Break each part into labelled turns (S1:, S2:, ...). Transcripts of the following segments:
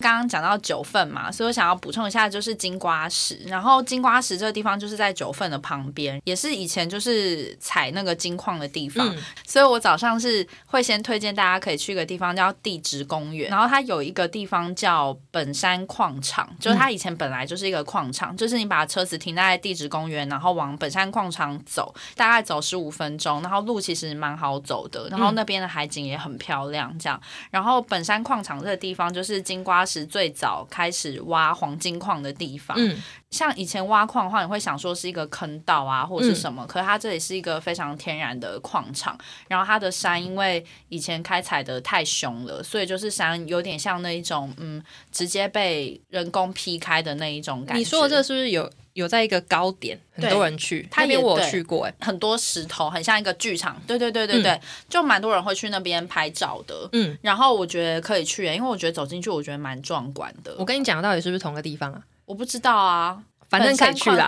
S1: 刚讲到九份嘛，所以我想要补充一下，就是金瓜石。然后金瓜石这个地方就是在九份的旁边，也是以前就是采那个金矿的地方。
S2: 嗯
S1: 所以我早上是会先推荐大家可以去一个地方叫地质公园，然后它有一个地方叫本山矿场，就是它以前本来就是一个矿场，就是你把车子停在地质公园，然后往本山矿场走，大概走十五分钟，然后路其实蛮好走的，
S2: 嗯
S1: 然后那边的海景也很漂亮，这样。然后本山矿场这个地方就是金瓜石最早开始挖黄金矿的地方，
S2: 嗯，
S1: 像以前挖矿的话，你会想说是一个坑道啊，或者是
S2: 嗯
S1: 什么，可是它这里是一个非常天然的矿场。然后它的山因为以前开采的太凶了，所以就是山有点像那一种，嗯，直接被人工劈开的那一种感觉。
S2: 你说的这是不是有有在一个高点，很
S1: 对
S2: 多人去？
S1: 它
S2: 那边
S1: 也
S2: 我有
S1: 对
S2: 去过、欸，
S1: 很多石头，很像一个剧场。嗯对对对对对，就蛮多人会去那边拍照的。
S2: 嗯，
S1: 然后我觉得可以去，因为我觉得走进去，我觉得蛮壮观的。
S2: 我
S1: 我
S2: 跟你讲，到底是不是同个地方啊？
S1: 我不知道啊，
S2: 反正可以去啦。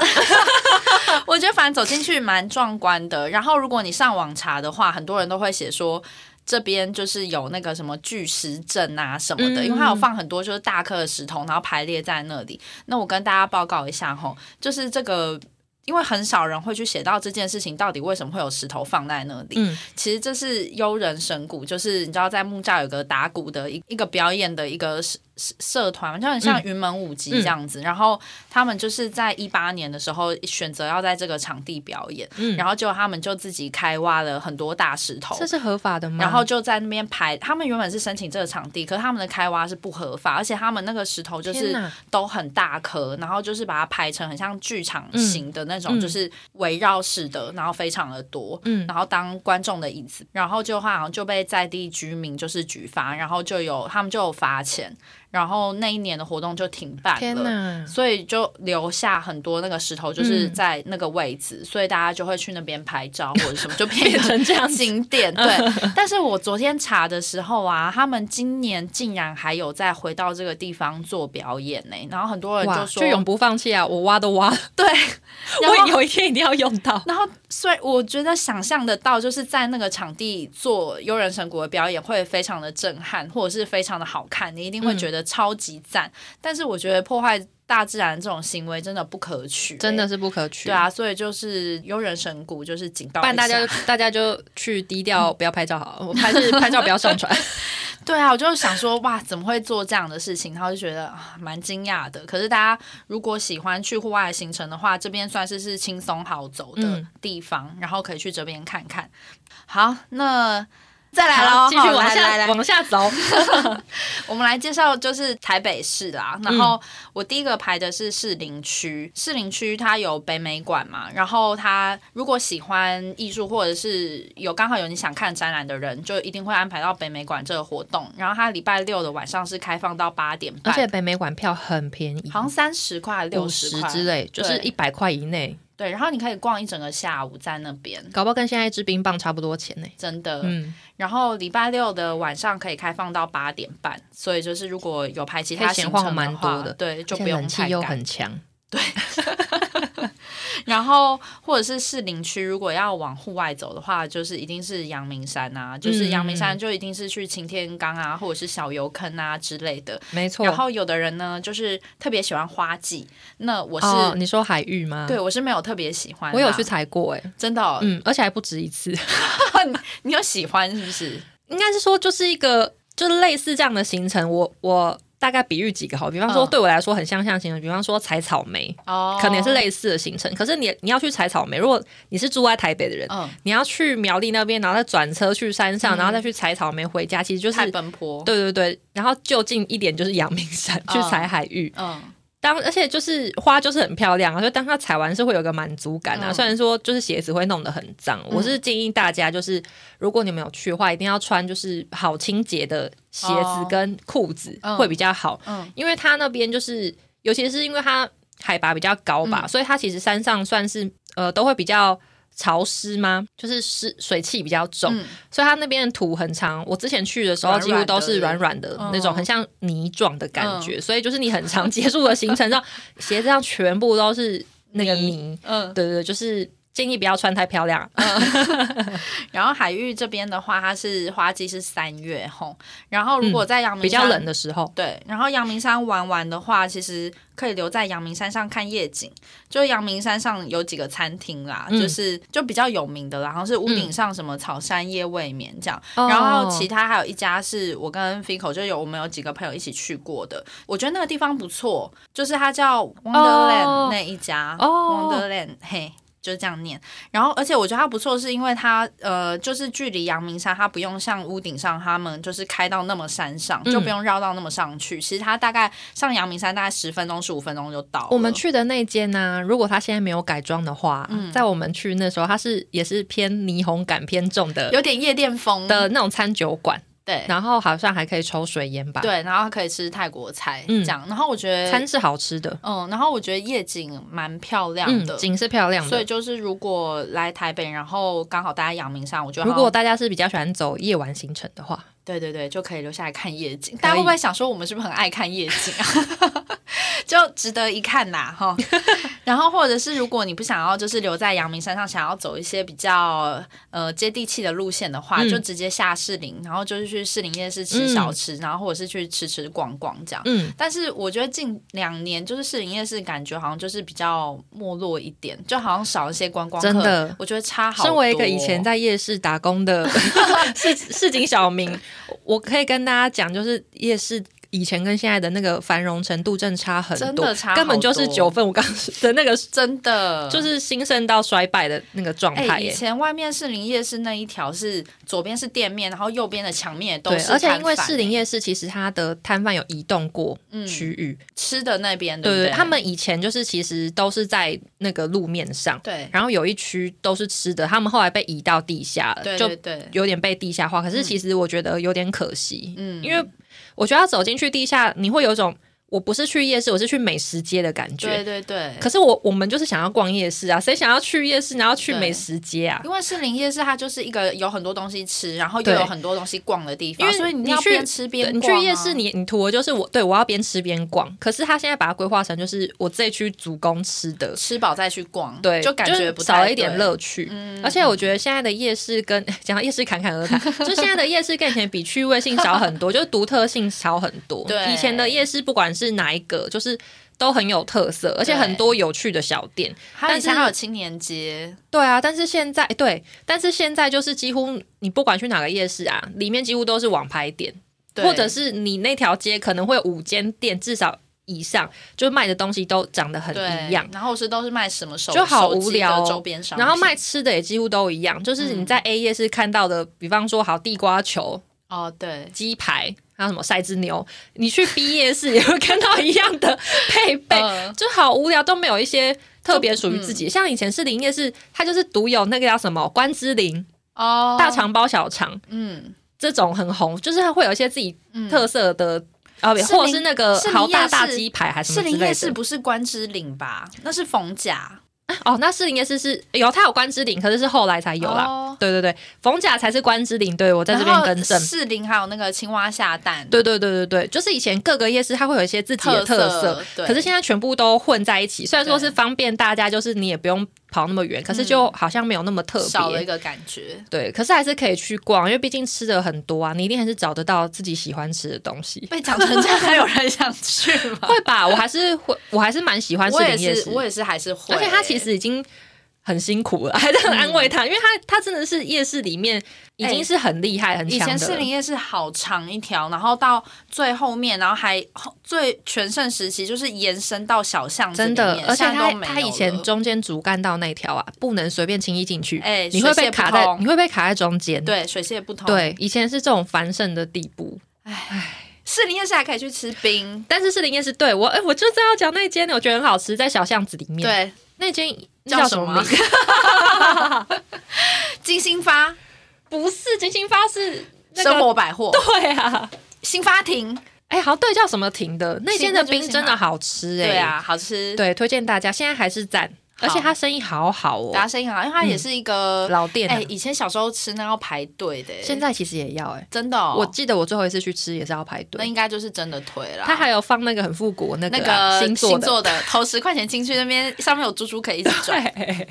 S1: 我觉得反正走进去蛮壮观的。然后如果你上网查的话，很多人都会写说。这边就是有那个什么巨石阵啊什么的，
S2: 嗯
S1: 因为它有放很多就是大颗的石头，然后排列在那里。那我跟大家报告一下吼，就是这个，因为很少人会去写到这件事情到底为什么会有石头放在那里。
S2: 嗯
S1: 其实这是悠人神鼓，就是你知道在木栅有个打鼓的一一个表演的一个社社社团，就很像云门舞集这样
S2: 嗯
S1: 子。然后他们就是在一八年的时候选择要在这个场地表演，
S2: 嗯，
S1: 然后结果他们就自己开挖了很多大石头
S2: 啊这。是合法的吗？
S1: 然后就在那边排，他们原本是申请这个场地，可是他们的开挖是不合法，而且他们那个石头就
S2: 天
S1: 是
S2: 哪
S1: 都很大颗，然后就是把它排成很像剧场型的那种，
S2: 嗯嗯
S1: 就是围绕式的，然后非常的多，
S2: 嗯
S1: 然后当观众的椅子，然后就好像就被在地居民就是举发，然后就有他们就有罚钱，然后那一年的活动就停办
S2: 天
S1: 了。
S2: 哪，
S1: 所以就留下很多那个石头，就是
S2: 嗯
S1: 在那个位置，所以大家就会去那边拍照或者什么，就 变成
S2: 成这样子，
S1: 景点。对，但是我昨天查的时候啊，他们今年竟然还有再回到这个地方做表演呢、然后很多人
S2: 哇，
S1: 就说
S2: 就，永不放弃啊！我挖都 挖了，
S1: 对，然后
S2: 我有一天一定要用到。
S1: 然后，虽然我觉得想象得到，就是在那个场地做悠人神谷的表演会非常的震撼，或者是非常的好看，你一定会觉得超级赞。但是我觉得破坏大自然这种行为真的不可取、
S2: 真的
S1: 欸
S2: 是不可取。
S1: 对，啊，所以就是悠人神谷就是警告一
S2: 不
S1: 下，
S2: 然大家就大家就去低调，不要拍照好 了。我拍是拍照不要上 传。
S1: 对啊，我就想说，哇，怎么会做这样的事情？然后就觉得啊蛮惊讶的。可是大家如果喜欢去户外的行程的话，这边算是是轻松好走的
S2: 嗯
S1: 地方，然后可以去这边看看。好，那再来喽，
S2: 好继续
S1: 好
S2: 往下
S1: 来来来，
S2: 往下走。
S1: 我们来介绍就是台北市啦。然后我第一个排的是士林区，士林区它有北美馆嘛，然后它如果喜欢艺术或者是有刚好有你想看展览的人，就一定会安排到北美馆这个活动。然后它礼拜六的晚上是开放到八点
S2: 而
S1: 半，
S2: 且北美馆票很便宜，
S1: 好像三十块、六
S2: 五
S1: 十
S2: 十
S1: 块
S2: 之类，就是
S1: 对
S2: 一百块以内，
S1: 对。然后你可以逛一整个下午在那边。
S2: 搞不好跟现在一支冰棒差不多钱呢。
S1: 真的，
S2: 嗯，
S1: 然后礼拜六的晚上可以开放到八点半，所以就是如果有排其
S2: 可
S1: 他
S2: 以闲
S1: 行
S2: 晃
S1: 程
S2: 蛮
S1: 的话，
S2: 多的
S1: 对，就
S2: 而且
S1: 不用
S2: 冷
S1: 太
S2: 气又
S1: 赶
S2: 很强。
S1: 然后或者是士林区，如果要往户外走的话，就是一定是阳明山啊，就是阳明
S2: 嗯
S1: 山就一定是去擎天岗啊，或者是小油坑啊之类的。
S2: 没错。
S1: 然后有的人呢，就是特别喜欢花季，那我是、
S2: 哦，你说海域吗？
S1: 对，我是没有特别喜欢啦，
S2: 我有去踩过哎，
S1: 真的哦、
S2: 嗯，而且还不止一次。
S1: 你有喜欢是不是？
S2: 应该是说就是一个就是类似这样的行程，我我大概比喻几个好，比方说
S1: 嗯
S2: 对我来说很相像的行程，比方说采草莓，
S1: 哦，
S2: 可能也是类似的行程。可是你你要去采草莓，如果你是住在台北的人，
S1: 嗯，
S2: 你要去苗栗那边，然后再转车去山上，然后再去采草莓回家，其实就是
S1: 太奔波，，
S2: 对对对，然后就近一点就是阳明山
S1: 嗯
S2: 去采海域，
S1: 嗯，
S2: 当而且就是花就是很漂亮啊，所以当它采完是会有个满足感啊。
S1: 嗯
S2: 虽然说就是鞋子会弄得很脏，我是建议大家就是如果你们有去的话，一定要穿就是好清洁的鞋子
S1: 哦
S2: 跟裤子
S1: 嗯
S2: 会比较好，
S1: 嗯
S2: 因为它那边就是尤其是因为它海拔比较高吧，
S1: 嗯
S2: 所以它其实山上算是呃都会比较。潮湿吗？就是湿水汽比较重，
S1: 嗯
S2: 所以它那边的土很长。我之前去的时候，
S1: 软
S2: 几
S1: 软
S2: 乎
S1: 的
S2: 都是软软的
S1: 嗯
S2: 那种，很像泥状的感觉。所以就是你很常结束的行程上，鞋子上全部都是那个泥。
S1: 嗯，
S2: 对对对，就是建议不要穿太漂亮。
S1: 啊然后海域这边的话，它是花季是三月吼，然后如果在阳明
S2: 嗯比较
S1: 山
S2: 冷的时候，
S1: 对，然后阳明山玩完的话，其实可以留在阳明山上看夜景。就阳明山上有几个餐厅啦，
S2: 嗯
S1: 就是就比较有名的啦，然后是屋顶上什么草山夜未眠这样。
S2: 哦
S1: 然后其他还有一家是我跟 Fico 就有我们有几个朋友一起去过的，我觉得那个地方不错，就是它叫 Wonderland 那一家、
S2: 哦
S1: Wonderland 嘿。就是这样念，然后而且我觉得它不错，是因为它呃，就是距离阳明山，它不用像屋顶上他们就是开到那么山上，
S2: 嗯
S1: 就不用绕到那么上去。其实它大概上阳明山大概十分钟、十五分钟就到了。
S2: 我们去的那间呢、如果它现在没有改装的话，
S1: 嗯
S2: 在我们去那时候，它是也是偏霓虹感偏重的
S1: 有点夜店风
S2: 的那种餐酒馆，
S1: 对
S2: 然后好像还可以抽水烟吧，，
S1: 对，然后可以吃泰国菜、
S2: 嗯
S1: 这样。然后我觉得
S2: 餐是好吃的，
S1: 嗯，然后我觉得夜景蛮漂亮
S2: 嗯
S1: 的，，
S2: 景是漂亮
S1: 所以
S2: 的。
S1: 就是如果来台北，然后刚好待在阳明山，我觉得
S2: 如
S1: 好
S2: 果
S1: 像
S2: 大家是比较喜欢走夜晚行程的话，
S1: 对对对，就可以留下来看夜景。大家会不会想说我们是不是很爱看夜景啊？ 就值得一看呐、哈。然后或者是如果你不想要就是留在阳明山上，想要走一些比较呃接地气的路线的话，
S2: 嗯
S1: 就直接下士林，然后就是去士林夜市吃小吃，然后或者是去吃吃逛逛这样。
S2: 嗯，
S1: 但是我觉得近两年就是士林夜市，感觉好像就是比较没落一点，就好像少一些观光客。
S2: 真的
S1: 我觉得差好多。哦
S2: 身为一个以前在夜市打工的 市市井小民，我可以跟大家讲，就是夜市。以前跟现在的那个繁荣程度真的差很多，
S1: 真的差好多
S2: 根本就是九份我刚说的那个，
S1: 真的
S2: 就是兴盛到衰败的那个状
S1: 哎、
S2: 态
S1: 以
S2: 耶。
S1: 前外面士林夜市那一条是左边是店面，然后右边的墙面也都
S2: 对，
S1: 是
S2: 而且
S1: 摊
S2: 因为
S1: 贩欸
S2: 士林夜市其实它的摊贩有移动过区域，
S1: 吃的那边，
S2: 对
S1: 不
S2: 对，
S1: 对？
S2: 他们以前就是其实都是在那个路面上，
S1: 对
S2: 然后有一区都是吃的，他们后来被移到地下了，
S1: 对
S2: 就
S1: 对嗯对，
S2: 有点被地下化，可是其实我觉得有点可惜，
S1: 嗯
S2: 因为我觉得要走进去地下，你会有一种我不是去夜市，我是去美食街的感
S1: 对
S2: 觉。
S1: 对对。
S2: 可是我我们就是想要逛夜市啊，谁想要去夜市，然后去
S1: 对
S2: 美食街啊？
S1: 因为士林夜市它就是一个有很多东西吃，然后又
S2: 对
S1: 有很多东西逛的地方，
S2: 因为
S1: 所以你
S2: 你
S1: 要
S2: 去
S1: 边吃边
S2: 对
S1: 逛、啊、
S2: 你去夜市你，你图的就是我对我要边吃边逛。可是他现在把它规划成就是我这一区主攻吃的，
S1: 吃饱再去逛，
S2: 对，
S1: 就感觉
S2: 是
S1: 不太
S2: 少了一点
S1: 对。嗯
S2: 乐趣。而且我觉得现在的夜市跟讲到夜市侃侃而谈，就现在的夜市跟以前比趣味性少很多，就是独特性少很多。
S1: 对
S2: 以前的夜市不管是哪一个，就是都很有特色，而且很多有趣的小店。
S1: 还有以前
S2: 但是
S1: 还有青年街，
S2: 对啊，但是现在对，但是现在就是几乎你不管去哪个夜市啊，里面几乎都是网拍店，
S1: 对
S2: 或者是你那条街可能会有五间店至少以上，就卖的东西都长得很
S1: 对
S2: 一样。
S1: 然后是都是卖什么手
S2: 就好
S1: 手机
S2: 无聊
S1: 的
S2: 哦
S1: 周边商品，
S2: 然后卖吃的也几乎都一样，就是你在
S1: 嗯
S2: A 夜市看到的，比方说好地瓜球、
S1: 哦对，
S2: 鸡排，还有什么晒只牛，你去 B 夜市也会看到一样的配备，
S1: 嗯
S2: 就好无聊，都没有一些特别属于自己。像以前士林夜市，它就是独有那个叫什么关之琳、
S1: 哦
S2: 大肠包小肠
S1: 嗯，
S2: 这种很红，就是它会有一些自己
S1: 嗯
S2: 特色的。啊，
S1: 士林
S2: 或者是那个
S1: 士林
S2: 豪大大
S1: 夜市
S2: 鸡排还是
S1: 啊士
S2: 什么之
S1: 林
S2: 类
S1: 夜市
S2: 的
S1: 不是关之琳吧？那是逢甲
S2: 哦，那士林夜市是有它有关之琳，可是是后来才有啦。
S1: 哦
S2: 对对对，逢甲才是关之琳，对我在这
S1: 然
S2: 边
S1: 后
S2: 更正。
S1: 士林还有那个青蛙下蛋，
S2: 对对对对对，就是以前各个夜市它会有一些自己的
S1: 特
S2: 特色，
S1: 对，
S2: 可是现在全部都混在一起。虽然说
S1: 对嗯
S2: 是方便大家，就是你也不用跑那么远，可是就好像没有那么特
S1: 少了
S2: 别。
S1: 一个感觉。。
S2: 对，可是还是可以去逛，因为毕竟吃的很多啊，你一定还是找得到自己喜欢吃的东西
S1: 被讲成这样，还有人想去 吗？
S2: 会吧？我还是会，我还是蛮喜欢士
S1: 我也
S2: 林夜
S1: 是，
S2: 市，
S1: 我也是，还是会。
S2: 而且他其实已经很辛苦了， 还在
S1: 嗯
S2: 安慰他，因为他他真的是夜市里面已经是很厉害、很
S1: 哎以
S2: 强的
S1: 前
S2: 了。
S1: 士林夜市好长一条，然后到最后面，然后还最全盛时期就是延伸到小巷子
S2: 真
S1: 里
S2: 的
S1: 面，
S2: 而且
S1: 现在
S2: 他
S1: 都没有
S2: 他以前
S1: 了
S2: 中间主干道那条啊，不能随便轻易进去，
S1: 哎
S2: 你会
S1: 水
S2: 被
S1: 泄不
S2: 卡在，
S1: 通
S2: 你会被卡在中间。
S1: 对水泄不通，，
S2: 对，以前是这种繁盛的地步，
S1: 士林夜市还可以去吃冰，
S2: 但是士林夜市对我，哎、我就正要讲那间，我觉得很好吃，在小巷子里面。，
S1: 对，
S2: 那间那
S1: 叫什
S2: 叫什
S1: 么啊
S2: 么名？
S1: 金星发
S2: 不是金星发是那
S1: 生
S2: 个
S1: 活百货、
S2: 对啊，
S1: 新发亭，
S2: 哎、好对，叫什么亭的那间
S1: 星那
S2: 的
S1: 就是
S2: 冰
S1: 星
S2: 真的
S1: 吧
S2: 好吃哎、
S1: 对，啊，好吃，
S2: 对，推荐大家，现在还是赞。而且他生意好好哦，
S1: 大家生意很好，因为它也是一个
S2: 老店啊、
S1: 哎、以前小时候吃那要排队的、欸
S2: 现在其实也要哎、
S1: 真的、哦，
S2: 我记得我最后一次去吃也是要排
S1: 那
S2: 队。
S1: 应该就是真的推了。
S2: 他还有放那个很复古那个
S1: 那
S2: 啊、
S1: 个
S2: 星座的，
S1: 的投十块钱进去那边，上面有猪猪可以一直 转。
S2: 对，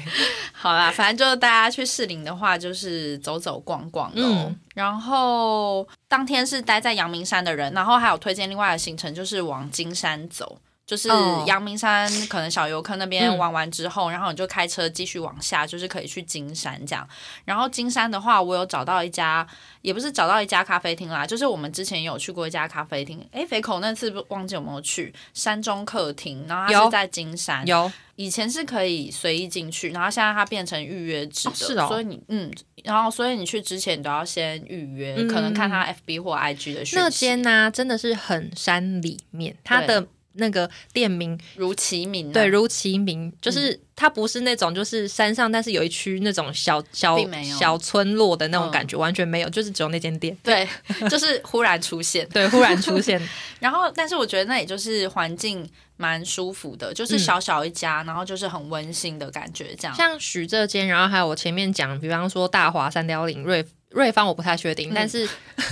S1: 好啦，反正就是大家去士林的话，就是走走逛逛咯。
S2: 嗯
S1: 然后当天是待在阳明山的人，然后还有推荐另外的行程，就是往金山走。就是
S2: 哦
S1: 阳明山，可能小游客那边
S2: 嗯
S1: 玩完之后，然后你就开车继续往下，就是可以去金山这样。然后金山的话，我有找到一家，也不是找到一家咖啡厅啦，就是我们之前有去过一家咖啡厅，诶，肥口那次不忘记有没有去山中客厅，然后它是
S2: 有
S1: 在金山，
S2: 有
S1: 以前是可以随意进去，然后现在它变成预约制的，
S2: 哦是哦
S1: 所以你嗯，然后所以你去之前你都要先预约，
S2: 嗯
S1: 可能看他 FB 或 IG 的讯息。
S2: 那间呢、真的是很山里面，它的那个店名
S1: 如其名、啊，
S2: 对如其名，就是、
S1: 嗯
S2: 它不是那种就是山上，但是有一区那种小小
S1: 并没有
S2: 小村落的那种
S1: 嗯
S2: 感觉，完全没有，就是只有那 间店。
S1: 对，就是忽然出现。
S2: 对，忽然出现，
S1: 然后，但是我觉得那也就是环境蛮舒服的，就是
S2: 嗯
S1: 小小一家，然后就是很温馨的感觉，这样。
S2: 像许这间，然后还有我前面讲，比方说大华三貂岭、瑞瑞芳，我不太确定，
S1: 嗯
S2: 但是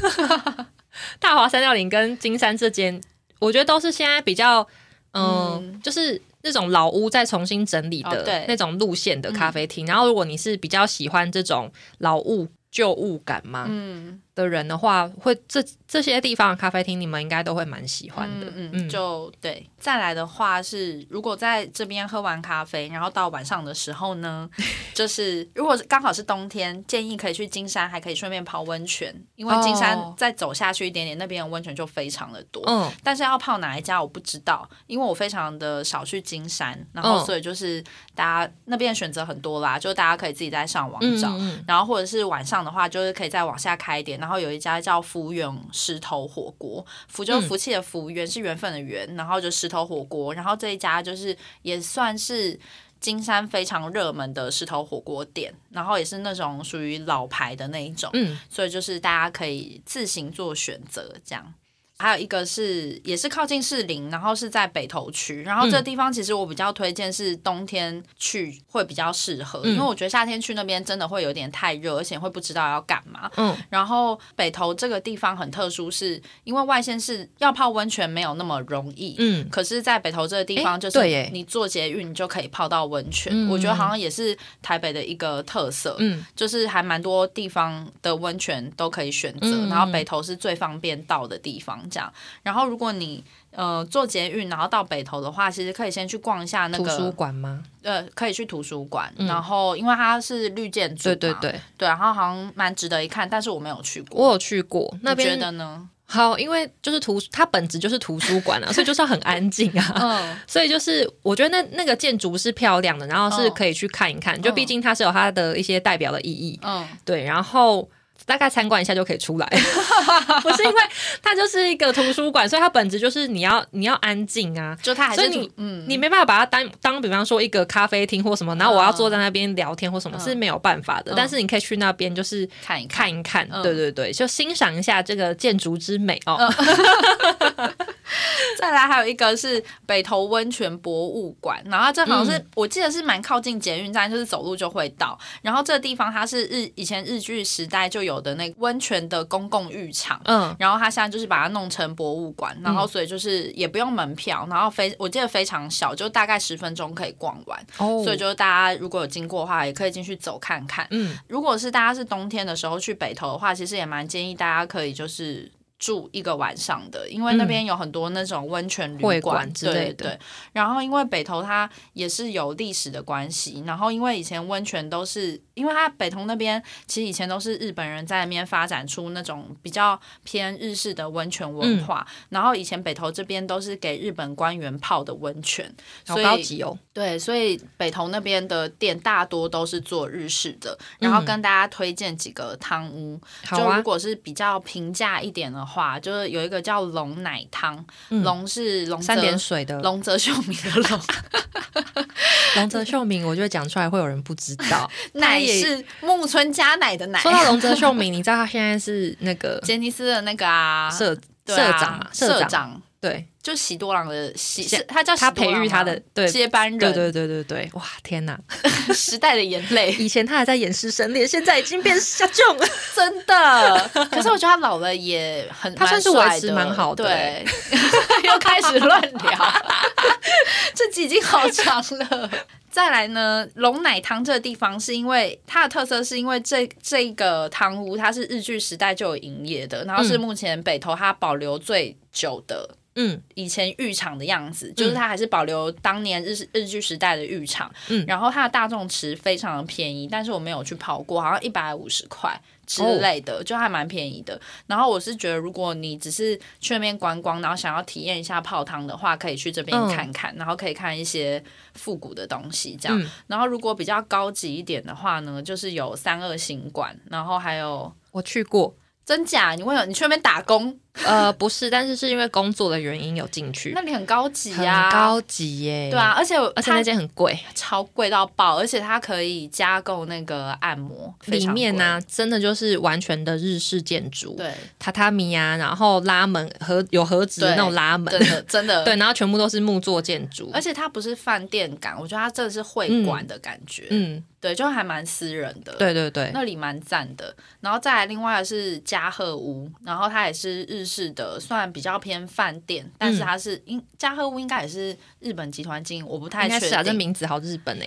S2: 大华三貂岭跟金山这间，我觉得都是现在比较，嗯，
S1: 嗯
S2: 就是那种老屋再重新整理
S1: 哦
S2: 的
S1: 对嗯
S2: 那种路线的咖啡厅。然后，如果你是比较喜欢这种老物旧物感嘛、
S1: 嗯
S2: 的人的话，会这这些地方的咖啡厅，你们应该都会蛮喜欢的。
S1: 嗯嗯
S2: 嗯
S1: 嗯，就对。再来的话是，如果在这边喝完咖啡，然后到晚上的时候 呢，就是如果刚好是冬天，建议可以去金山，还可以顺便泡温泉，因为金山
S2: 哦
S1: 再走下去一点点，那边的温泉就非常的多。
S2: 嗯，
S1: 但是要泡哪一家我不知道，因为我非常的少去金山，然后
S2: 嗯
S1: 所以就是大家那边的选择很多啦，就大家可以自己再上网
S2: 嗯
S1: 找。
S2: 嗯
S1: 然后或者是晚上的话，就是可以再往下开一点，然后有一家叫福源石头火锅，福就
S2: 嗯
S1: 福气的福，源是缘分的缘，然后就石头火锅，然后这一家就是也算是。金山非常热门的石头火锅店，然后也是那种属于老牌的那一种，
S2: 嗯
S1: 所以就是大家可以自行做选择这样。还有一个是也是靠近士林，然后是在北投区，然后这个地方其实我比较推荐是冬天去会比较适合，
S2: 嗯
S1: 因为我觉得夏天去那边真的会有点太热，而且会不知道要干嘛。
S2: 嗯
S1: 然后北投这个地方很特殊是，因为外县市要泡温泉没有那么容易，
S2: 嗯，
S1: 可是，在北投这个地方，
S2: 诶
S1: 就是
S2: 对耶
S1: 你坐捷运你就可以泡到温泉，
S2: 嗯
S1: 我觉得好像也是台北的一个特色，
S2: 嗯，
S1: 就是还蛮多地方的温泉都可以选择，
S2: 嗯
S1: 然后北投是最方便到的地方，这样。然后，如果你呃坐捷运然后到北投的话，其实可以先去逛一下那
S2: 图书
S1: 个
S2: 馆吗？
S1: 呃，可以去图书馆，
S2: 嗯
S1: 然后因为它是绿建筑嘛，
S2: 对对对，
S1: 对，然后好像蛮值得一看，但是我没有去过，
S2: 我有去过那
S1: 你觉
S2: 边
S1: 得呢？
S2: 好，因为就是图，它本质就是图书馆啊，所以就是要很安静啊。
S1: 嗯，
S2: 所以就是，我觉得那那个建筑是漂亮的，然后
S1: 嗯
S2: 是可以去看一看。就毕竟它是有它的一些代表的意义，
S1: 嗯，
S2: 对。然后大概参观一下就可以出 来，不是因为它就是一个图书馆，所以它本质就是你要你要安静啊。
S1: 就它还
S2: 所
S1: 是
S2: 以你
S1: 图嗯
S2: 你没办法把它当当，比方说一个咖啡厅或什么，然后我要坐在那边聊天或什
S1: 嗯
S2: 么、是没有办法
S1: 嗯
S2: 的。但是你可以去那边，就是
S1: 看一看。
S2: 看一看，
S1: 嗯
S2: 对对对，就欣赏一下这个建筑之美哦。
S1: 再来还有一个是北投温泉博物馆，然后这好像是、我记得是蛮靠近捷运站，就是走路就会到。然后这个地方它是日以前日据时代就有的那个温泉的公共浴场。
S2: 嗯，
S1: 然后它现在就是把它弄成博物馆，然后所以就是也不用门票，然后非我记得非常小，就大概十分钟可以逛完，
S2: 哦
S1: 所以就是大家如果有经过的话，也可以进去走看看。
S2: 嗯
S1: 如果是大家是冬天的时候去北投的话，其实也蛮建议大家可以就是住一个晚上的，因为那边有很多那种温泉
S2: 会
S1: 旅
S2: 馆
S1: 馆
S2: 之类的
S1: 对对。然后因为北投它也是有历史的关系，然后因为以前温泉都是，因为它北投那边其实以前都是日本人在那边发展出那种比较偏日式的温泉文化，
S2: 嗯
S1: 然后以前北投这边都是给日本官员泡的温泉，
S2: 好
S1: 所以
S2: 高级哦。
S1: 对，所以北投那边的店大多都是做日式的，然后跟大家推荐几个汤屋。
S2: 嗯好
S1: 就
S2: 啊
S1: 如，果是比较平价一点的话，就是有一个叫龙奶汤，
S2: 嗯
S1: 龙是龙
S2: 三
S1: 泽
S2: 点水的
S1: 龙泽秀明的 龙，
S2: 龙泽秀明，我觉得讲出来会有人不知 道。
S1: 奶是木村佳乃的奶
S2: 说。到龙泽秀明，你知道他现在是那个
S1: 杰尼斯的那个啊，
S2: 社
S1: 对
S2: 社
S1: 啊
S2: 长嘛？
S1: 社
S2: 长
S1: 长
S2: 对，
S1: 就喜多郎的喜，
S2: 像
S1: 是他叫
S2: 他
S1: 喜多
S2: 培
S1: 郎
S2: 育他
S1: 吗
S2: 的对
S1: 接班人，
S2: 对对对对对，哇，天哪！
S1: 时代的眼泪，
S2: 以前他还在演师生恋，现在已经变下 囧了。
S1: 真的。可是我觉得他老了也很，
S2: 他算是维持蛮好的
S1: 蛮欸帅对， 又开始乱聊， 这集已经好长了。 再来呢，龙奶汤这个地方是因为它的特色，是因为这这个汤屋它是日据时代就有营业的，然后是
S2: 嗯
S1: 目前北投它保留最久的
S2: 嗯，
S1: 以前浴场的样子，就是它还是保留当年日日剧时代的浴场。
S2: 嗯
S1: 然后它的大众池非常的便宜，但是我没有去跑过，好像一百五十块之类的，就还蛮便宜的。然后我是觉得，如果你只是去那边观光，然后想要体验一下泡汤的话，可以去这边
S2: 嗯
S1: 看看，然后可以看一些复古的东西这样。
S2: 嗯
S1: 然后如果比较高级一点的话呢，就是有三二行馆，然后还有
S2: 我去过，
S1: 真假，你会有你去那边打工，
S2: 呃，不是，但是是因为工作的原因有进去，
S1: 那里很高级
S2: 很
S1: 呀、
S2: 高级耶。
S1: 对啊，，而且
S2: 而且
S1: 它
S2: 那间很贵，
S1: 超贵到爆，而且它可以加购那个按摩，非
S2: 里
S1: 常
S2: 面啊
S1: 贵
S2: 呢、真的就是完全的日式建筑，
S1: 对，
S2: 榻榻米啊，然后拉门和有盒子的
S1: 对
S2: 那种拉门，
S1: 真的真的，
S2: 对，然后全部都是木作建筑
S1: 而，且它不是饭店感，我觉得它真的是会馆的感觉，
S2: 嗯，
S1: 对，就还蛮私人的，，
S2: 对对对，
S1: 那里蛮赞的。然后再来另外是加贺屋，然后它也是日式的，算比较偏饭店，但
S2: 嗯
S1: 是它是应加贺屋应该也是日本集团经营，我不太
S2: 应该
S1: 确
S2: 是啊，这
S1: 定。
S2: 名字好日本哎、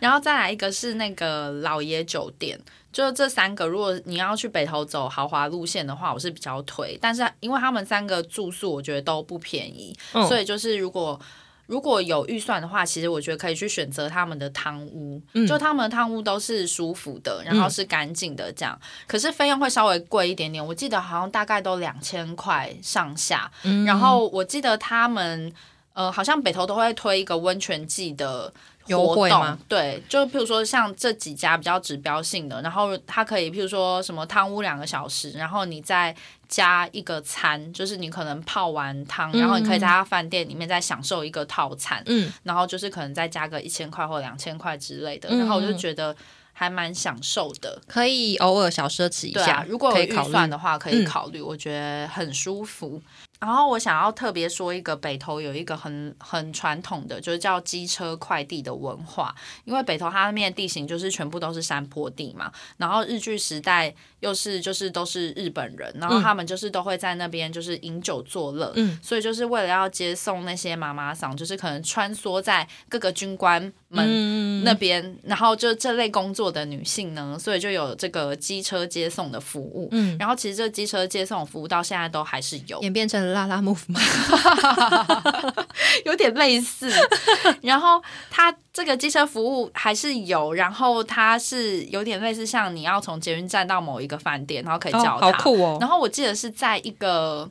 S1: 然后再来一个是那个老爷酒店，就这三个，如果你要去北头走豪华路线的话，我是比较推，但是因为他们三个住宿我觉得都不便宜，
S2: 嗯
S1: 所以就是如果。如果有预算的话，其实我觉得可以去选择他们的汤屋，
S2: 嗯
S1: 就他们的汤屋都是舒服的，然后是干净的这样。可是费用会稍微贵一点点，我记得好像大概都两千块上下。
S2: 嗯
S1: 然后我记得他们呃，好像北投都会推一个温泉季的
S2: 优
S1: 活
S2: 惠
S1: 动
S2: 吗，
S1: 对，就譬如说像这几家比较指标性的，然后它可以譬如说什么汤屋两个小时，然后你再加一个餐，就是你可能泡完汤，然后你可以在他饭店里面再享受一个套餐，
S2: 嗯，
S1: 然后就是可能再加个一千块或两千块之类的，
S2: 嗯
S1: 然后我就觉得还蛮享受的。
S2: 可以偶尔小奢侈一
S1: 对
S2: 下，
S1: 啊，如果有
S2: 可以
S1: 预
S2: 考虑
S1: 算的话，可以
S2: 嗯
S1: 考虑，我觉得很舒服。然后我想要特别说一个北投有一个很很传统的，就是叫机车快递的文化，因为北投它那边的地形就是全部都是山坡地嘛，然后日据时代又是就是都是日本人，然后他们就是都会在那边就是饮酒作乐，
S2: 嗯
S1: 所以就是为了要接送那些妈妈桑，就是可能穿梭在各个军官们
S2: 嗯，
S1: 那边，然后就这类工作的女性呢，所以就有这个机车接送的服务。
S2: 嗯
S1: 然后其实这机车接送服务到现在都还是有，
S2: 演变成拉拉木嘛，
S1: 有点类 似。然后它这个机车服务还是有，然后它是有点类似像你要从捷运站到某一个饭店，然后可以叫它。
S2: 好酷哦，
S1: 然后我记得是在一个。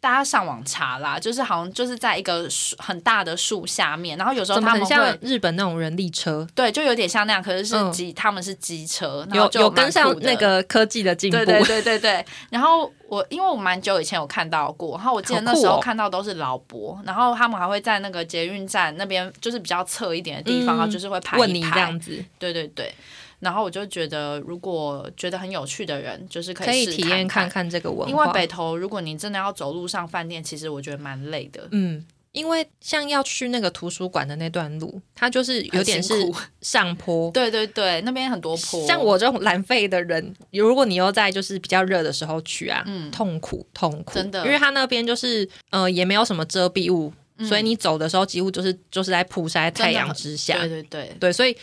S1: 大家上网查啦，就是好像就是在一个树很大的树下面，然后有时候
S2: 怎么
S1: 他
S2: 很
S1: 们
S2: 像
S1: 会
S2: 日本那种人力车？
S1: 对，就有点像那样，可是是
S2: 嗯
S1: 机、他们是机车，然后
S2: 有
S1: 就
S2: 有
S1: 蛮
S2: 跟上
S1: 酷的
S2: 那个科技的进步，
S1: 对对对对对。然后我因为我蛮久以前有看到过，然后我记得
S2: 好
S1: 那
S2: 酷
S1: 时候
S2: 哦
S1: 看到都是劳勃，然后他们还会在那个捷运站那边，就是比较侧一点的地方，
S2: 嗯
S1: 然后就是会排
S2: 问
S1: 一
S2: 你这
S1: 排
S2: 样。子
S1: 对对对。然后我就觉得，如果觉得很有趣的人，就是可
S2: 可以
S1: 试
S2: 体验
S1: 看
S2: 看。看这个文化，
S1: 因为北投，如果你真的要走路上饭店，其实我觉得蛮累的，
S2: 嗯。因为像要去那个图书馆的那段路，它就是有点
S1: 很
S2: 是
S1: 辛苦
S2: 上坡，
S1: 对对对，那边很多坡。
S2: 像我这种懒废的人，如果你又在就是比较热的时候去啊，痛苦痛苦，
S1: 真的
S2: 因为它那边就是呃也没有什么遮蔽物，所以你走的时候几乎就是就是在曝晒太阳之下，
S1: 对对 对，
S2: 嗯对，所以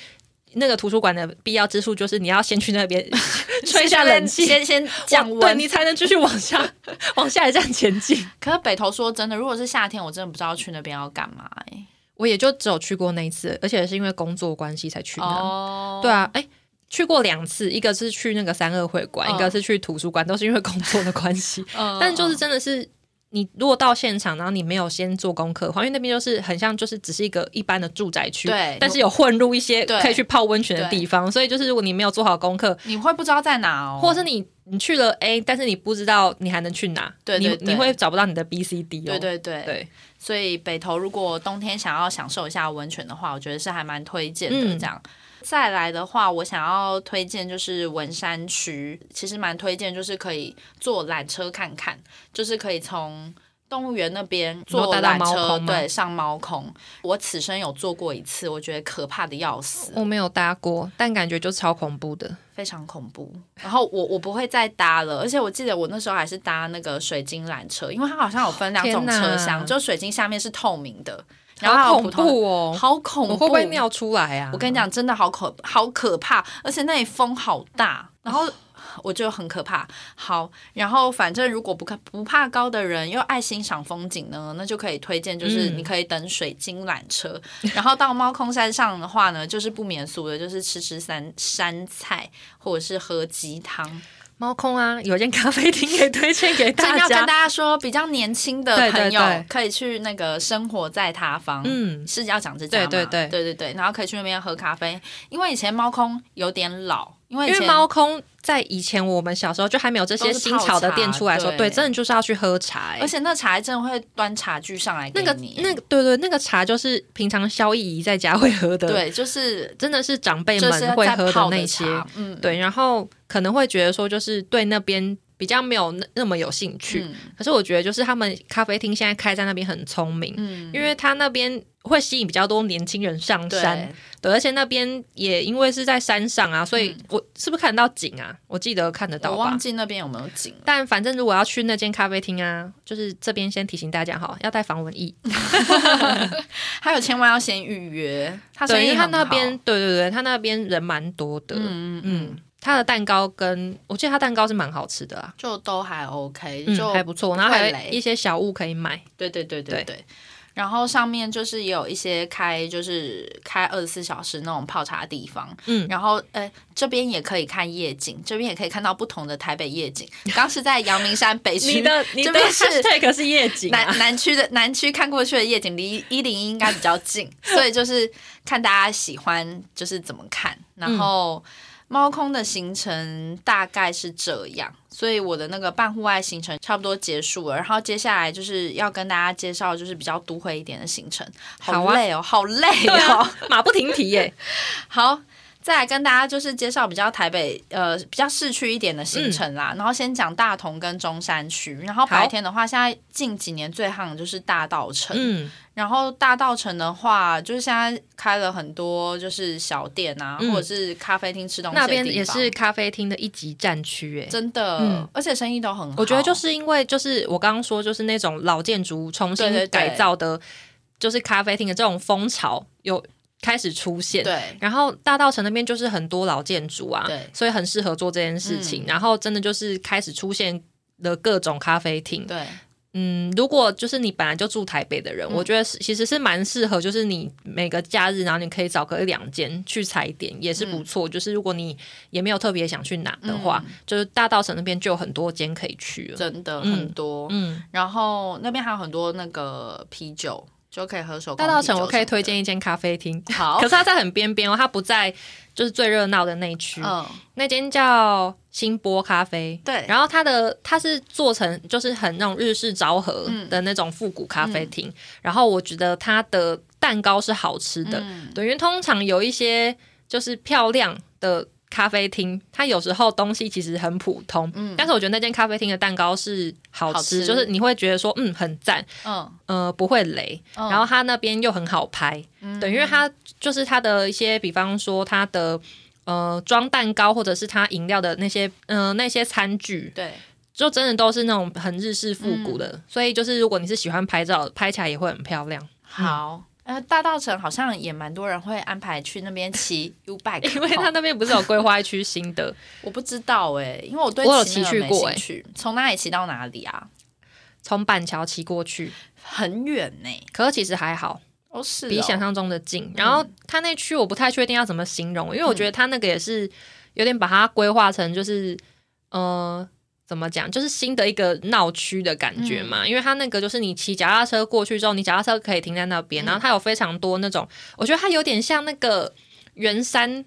S2: 那个图书馆的必要之处就是你要先去那 边吹一下
S1: 先
S2: 冷气。
S1: 先先降温，
S2: 对你才能继续往 下往下一站前进。
S1: 可是北投说真的，如果是夏天，我真的不知道去那边要干嘛、欸。
S2: 我也就只有去过那一次，而且是因为工作关系才去的。
S1: 哦
S2: 对啊，哎、去过两次，一个是去那个三二会
S1: 嗯
S2: 馆，一个是去图书馆，都是因为工作的关系。
S1: 嗯
S2: 但就是真的是，你如果到现场，然后你没有先做功课的话，因为那边就是很像，就是只是一个一般的住宅区，
S1: 对
S2: 但是有混入一些
S1: 对
S2: 可以去泡温泉的
S1: 对
S2: 地方，所以就是如果你没有做好功课，
S1: 你会不知道在哪哦，
S2: 或者是你你去了 A，但是你不知道你还能去哪，
S1: 对对对
S2: 你你会找不到你的 B、C、D 哦。
S1: 对对对，
S2: 对
S1: 所以北投如果冬天想要享受一下温泉的话，我觉得是还蛮推荐的。
S2: 嗯
S1: 这样、再来的话，我想要推荐就是文山区，其实蛮推荐，就是可以坐缆车看看，就是可以从。动物园那边
S2: 说
S1: 坐
S2: 搭
S1: 缆
S2: 到猫
S1: 车，
S2: 空吗
S1: 对，上猫空。我此生有坐过一次，我觉得可怕的要死，
S2: 我没有搭过，但感觉就超恐怖的。
S1: 非常恐怖。然后我我不会再搭了，而且我记得我那时候还是搭那个水晶缆车，因为它好像有分两种
S2: 天哪
S1: 车厢，就水晶下面是透明的，然后还
S2: 好
S1: 有
S2: 恐
S1: 普通
S2: 怖哦！
S1: 好恐怖，
S2: 我会不会尿出来啊？
S1: 我跟你讲，真的好可好可怕，而且那里风好大，然后我觉得很可怕。好，然后反正如果不看不怕高的人又爱欣赏风景呢，那就可以推荐，就是
S2: 嗯
S1: 你可以等水晶缆车，然后到猫空山上的话呢，就是不免俗的，就是吃吃山山菜或者是喝鸡汤。
S2: 猫空啊，有一间咖啡厅可以推荐 给
S1: 真的
S2: 大
S1: 要跟
S2: 家。
S1: 大家说，比较年轻的
S2: 对对
S1: 朋友
S2: 对
S1: 可以去那个生活在他方，
S2: 嗯，
S1: 是要讲这家吗
S2: 对对对
S1: 对对对然后可以去那边喝咖啡，因为以前猫空有点老，因为
S2: 因
S1: 以
S2: 为
S1: 前
S2: 猫空在以前我们小时候就还没有这些新潮的店出来的时候，
S1: 都是泡茶
S2: 对，
S1: 对
S2: 真的就是要去喝茶、欸
S1: 而且那茶还真的会端茶具上来给
S2: 那个
S1: 你，
S2: 那个对对，那个茶就是平常萧逸怡在家会喝的，，
S1: 对，就是
S2: 真的是长辈
S1: 就是
S2: 们会
S1: 在
S2: 喝
S1: 泡
S2: 那
S1: 的
S2: 些，
S1: 茶，嗯，
S2: 对，然后可能会觉得说就是对那边比较没有那那么有兴趣，
S1: 嗯
S2: 可是我觉得就是他们咖啡厅现在开在那边很聪明，
S1: 嗯，
S2: 因为他那边会吸引比较多年轻人上
S1: 对
S2: 山，对，而且那边也因为是在山上啊，所以我、是不是看得到景啊？我记得看得
S1: 嗯
S2: 到
S1: 我
S2: 吧
S1: 忘。记那边有没有景了。
S2: 但反正如果要去那间咖啡厅啊，就是这边先提醒大家哈，要带防蚊衣。
S1: 还有千万要先预约，他生
S2: 对，因
S1: 意
S2: 为他
S1: 很
S2: 那
S1: 好
S2: 边，对对对，他那边人蛮多的。嗯
S1: 嗯嗯嗯，
S2: 他的蛋糕跟我记得他蛋糕是蛮好吃的啊，
S1: 就都还 OK，
S2: 嗯，
S1: 就
S2: 还不错。然后还
S1: 不会
S2: 有
S1: 雷
S2: 一些小物可以买，
S1: 对对对对对。然后上面就是也有一些开，就是开二十四小时那种泡茶的地方，
S2: 嗯
S1: 然后呃这边也可以看夜景，这边也可以看到不同的台北夜景。刚是在阳明山北区，这边是啊
S2: hashtag 是夜景啊
S1: 南南区的 南区看过去的夜景离一零一应该比较近， 所以就是看大家喜欢就是怎么看。然后猫空的行程大概是这样，所以我的那个半户外行程差不多结束了。然后接下来就是要跟大家介绍就是比较都会一点的行程，
S2: 好
S1: 好
S2: 啊
S1: 累哦，好累
S2: 对
S1: 哦。
S2: 啊，马不停蹄耶。
S1: 好。再来跟大家就是介绍比较台北呃比较市区一点的行程啦，然后先讲大同跟中山区，然后白
S2: 嗯好
S1: 天的话，现在近几年最夯的就是大道城，
S2: 嗯，
S1: 然后大道城的话，就是现在开了很多就是小店啊，
S2: 嗯
S1: 或者是咖啡厅吃东西的
S2: 那
S1: 地方
S2: 边也是咖啡厅的一级战区耶。
S1: 真的，
S2: 嗯
S1: 而且生意都很好。
S2: 我觉得就是因为就是我刚刚说就是那种老建筑物重
S1: 对对
S2: 新
S1: 对
S2: 改造的，就是咖啡厅的这种风潮有开始出现。
S1: 对
S2: 然后大道城那边就是很多老建筑啊
S1: 对，嗯
S2: 所以很适合做这件事情。然后真的就是开始出现了各种咖啡厅。
S1: 对
S2: 嗯，如果就是你本来就住台北的人，
S1: 嗯
S2: 我觉得是其实是蛮适合，就是你每个假日，然后你可以找个一两间去踩点，也是
S1: 嗯
S2: 不错。就是如果你也没有特别想去哪的话，就是大道城那边就有很多间可以去了。
S1: 真的
S2: 嗯
S1: 很多。
S2: 嗯，
S1: 然后那边还有很多那个啤酒，就可以喝手工
S2: 大道
S1: 啤酒
S2: 城我可以
S1: 什么的
S2: 推。荐一间咖啡厅，
S1: 好
S2: 可，是它在很边边哦，它不在就是最热闹的那一区。
S1: 嗯，
S2: 那间叫新波咖啡，
S1: 对
S2: 然后它的它是做成就是很那种日式昭和的那种复古咖啡
S1: 嗯
S2: 厅，然后我觉得它的蛋糕是好吃的，
S1: 嗯
S2: 对，因为通常有一些就是漂亮的。咖啡厅，它有时候东西其实很普通，但是我觉得那间咖啡厅的蛋糕是好吃，
S1: 嗯好吃
S2: 就是你会觉得说，嗯，很赞，
S1: 嗯
S2: 呃，不会雷，
S1: 嗯
S2: 然后它那边又很好拍，对，因为它就是它的一些，比方说它的呃装蛋糕或者是它饮料的那些呃那些餐具，
S1: 对，
S2: 就真的都是那种很日式复古的，所以就是如果你是喜欢拍照，拍起来也会很漂亮，
S1: 好。呃，大道城好像也蛮多人会安排去那边 骑 U bike，哦
S2: 因为它那边不是有规划一区新的，
S1: 我不知道哎、因为我对
S2: 我有
S1: 那
S2: 骑
S1: 个
S2: 去
S1: 没
S2: 过
S1: 兴
S2: 欸
S1: 趣从哪里骑到哪里啊？
S2: 从板桥骑过去，
S1: 很远欸呢、
S2: 可是其实还好，
S1: 哦，是
S2: 比
S1: 哦
S2: 想象中的近。然后它那区我不太确定要怎么形容，因为我
S1: 嗯
S2: 觉得它那个也是有点把它规划成就是呃。怎么讲？就是新的一个闹区的感
S1: 嗯
S2: 觉嘛，因为它那个就是你骑脚踏车过去之后，你脚踏车可以停在那
S1: 嗯
S2: 边，然后它有非常多那种，我觉得它有点像那个圆山，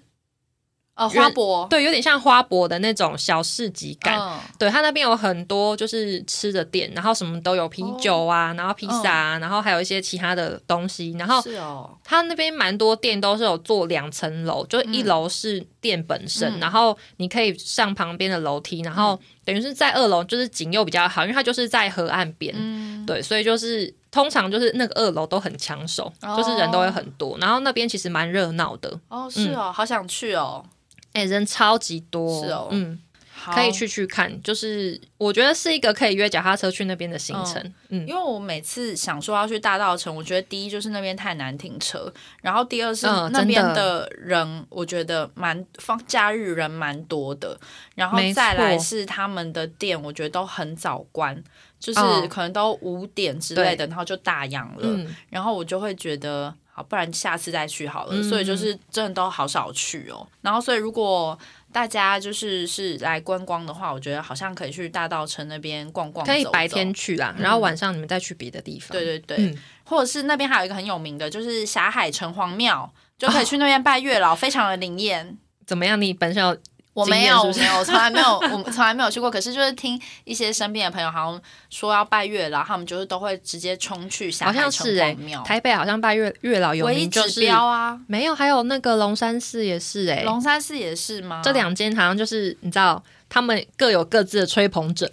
S1: 呃
S2: 原
S1: 花博
S2: 对，有点像花博的那种小市集感。
S1: 嗯
S2: 对，它那边有很多就是吃的店，然后什么都有，啤酒啊，
S1: 哦
S2: 然后披萨
S1: 嗯
S2: 啊，然后还有一些其他的东西，然后
S1: 是哦，
S2: 它那边蛮多店都是有做两层楼，就是一楼是店本身，
S1: 嗯
S2: 然后你可以上嗯旁边的楼梯，然后等于是在二楼就是景又比较好，因为它就是在河岸边，
S1: 嗯，
S2: 对，所以就是通常就是那个二楼都很抢手，
S1: 哦
S2: 就是人都会很多，然后那边其实蛮热闹的，
S1: 哦，是
S2: 嗯
S1: 哦，好想去哦，
S2: 哎、人超级多，
S1: 是哦
S2: 嗯，
S1: 好
S2: 可以。去去看，就是我觉得是一个可以约脚踏车去那边的行程，嗯，
S1: 因为我每次想说要去大道城，我觉得第一就是那边太难停车，然后第二是
S2: 嗯
S1: 那边
S2: 真
S1: 的人，我觉得蛮放假日人蛮多的，然后
S2: 没错
S1: 再来是他们的店，我觉得都很早关，就是
S2: 嗯
S1: 可能都五点之类的，然后就大阳了，
S2: 嗯，
S1: 然后我就会觉得，好，不然下次再去好了。
S2: 嗯
S1: 所以就是真的都好少去哦。然后所以如果大家就是是来观光的话，我觉得好像可以去大道城那边逛逛，
S2: 可以
S1: 走
S2: 白
S1: 走
S2: 天。去啦，然后晚上你们再去别的地方，
S1: 对对对，
S2: 嗯
S1: 或者是那边还有一个很有名的，就是霞海城隍庙，
S2: 啊
S1: 就可以去那边拜月老，非常的灵验。
S2: 怎么样？你本身有
S1: 我没有，我
S2: 经验是不
S1: 没有，我从来没 有，我从来没有去过。可是就是听一些身边的朋友好像说要拜月老，他们就是都会直接冲去霞
S2: 好
S1: 海
S2: 像
S1: 城
S2: 是哎、
S1: 隍庙，
S2: 台北好像拜月月老有
S1: 唯一
S2: 名，就
S1: 指
S2: 是
S1: 标啊。
S2: 没有，还有那个龙山寺也是哎、
S1: 龙山寺也是吗？
S2: 这两间好像就是你知道，他们各有各自的吹捧 者，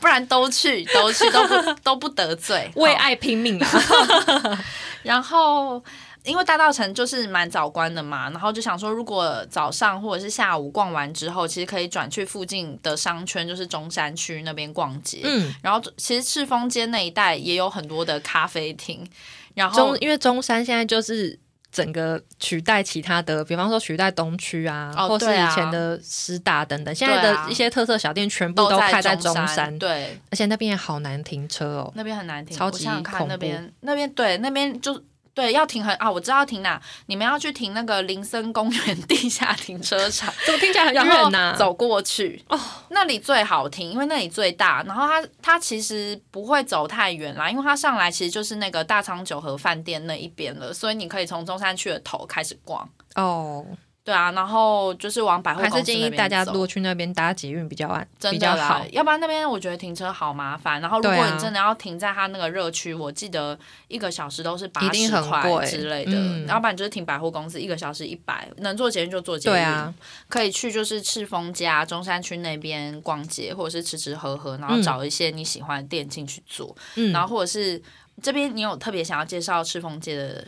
S1: 不然都去，都去，都 不都不得罪，
S2: 为
S1: 好。
S2: 爱拼命啊！
S1: 然后。因为大道城就是蛮早关的嘛，然后就想说，如果早上或者是下午逛完之后，其实可以转去附近的商圈，就是中山区那边逛街。
S2: 嗯，
S1: 然后其实赤峰街那一带也有很多的咖啡厅，然后
S2: 中因为中山现在就是整个取代其他的，比方说取代东区啊，
S1: 哦
S2: 或是
S1: 对啊
S2: 以前的师大等等，现
S1: 啊
S2: 在的一些特色小店全部
S1: 都
S2: 都开
S1: 在
S2: 中
S1: 山，
S2: 山，
S1: 对，
S2: 而且那边也好难停车哦。
S1: 那边很难停，
S2: 超
S1: 我
S2: 级
S1: 想想看
S2: 恐
S1: 那
S2: 怖
S1: 边那边对那边就对要停很啊，我知道要停哪，你们要去停那个林森公园 地下停车场，
S2: 怎么听起来很
S1: 然后
S2: 远呐、
S1: 啊走过去哦，那里最好停，因为那里最大。然后它它其实不会走太远啦，因为它上来其实就是那个大仓九和饭店那一边了，所以你可以从中山区的头开始逛。
S2: 哦，
S1: 对啊，然后就是往百货
S2: 还
S1: 公司
S2: 是建
S1: 那
S2: 议
S1: 边
S2: 大家
S1: 走
S2: 如果去那边搭捷运比较安，
S1: 真
S2: 比
S1: 的
S2: 较
S1: 啦
S2: 好，。
S1: 要不然那边我觉得停车好麻烦。然后如
S2: 对
S1: 果
S2: 啊
S1: 你真的要停在它那个热区，我记得一个小时都是八
S2: 一
S1: 十
S2: 定很
S1: 块
S2: 贵
S1: 之类的，
S2: 嗯
S1: 要不然你就是停百货公司一个小时一百，能坐捷运就坐捷运。
S2: 对啊，
S1: 可以去就是赤峰街、啊、中山区那边逛街，或者是吃吃喝喝，然后
S2: 嗯
S1: 找一些你喜欢的店进去做，
S2: 嗯，
S1: 然后或者是这边你有特别想要介绍赤峰街的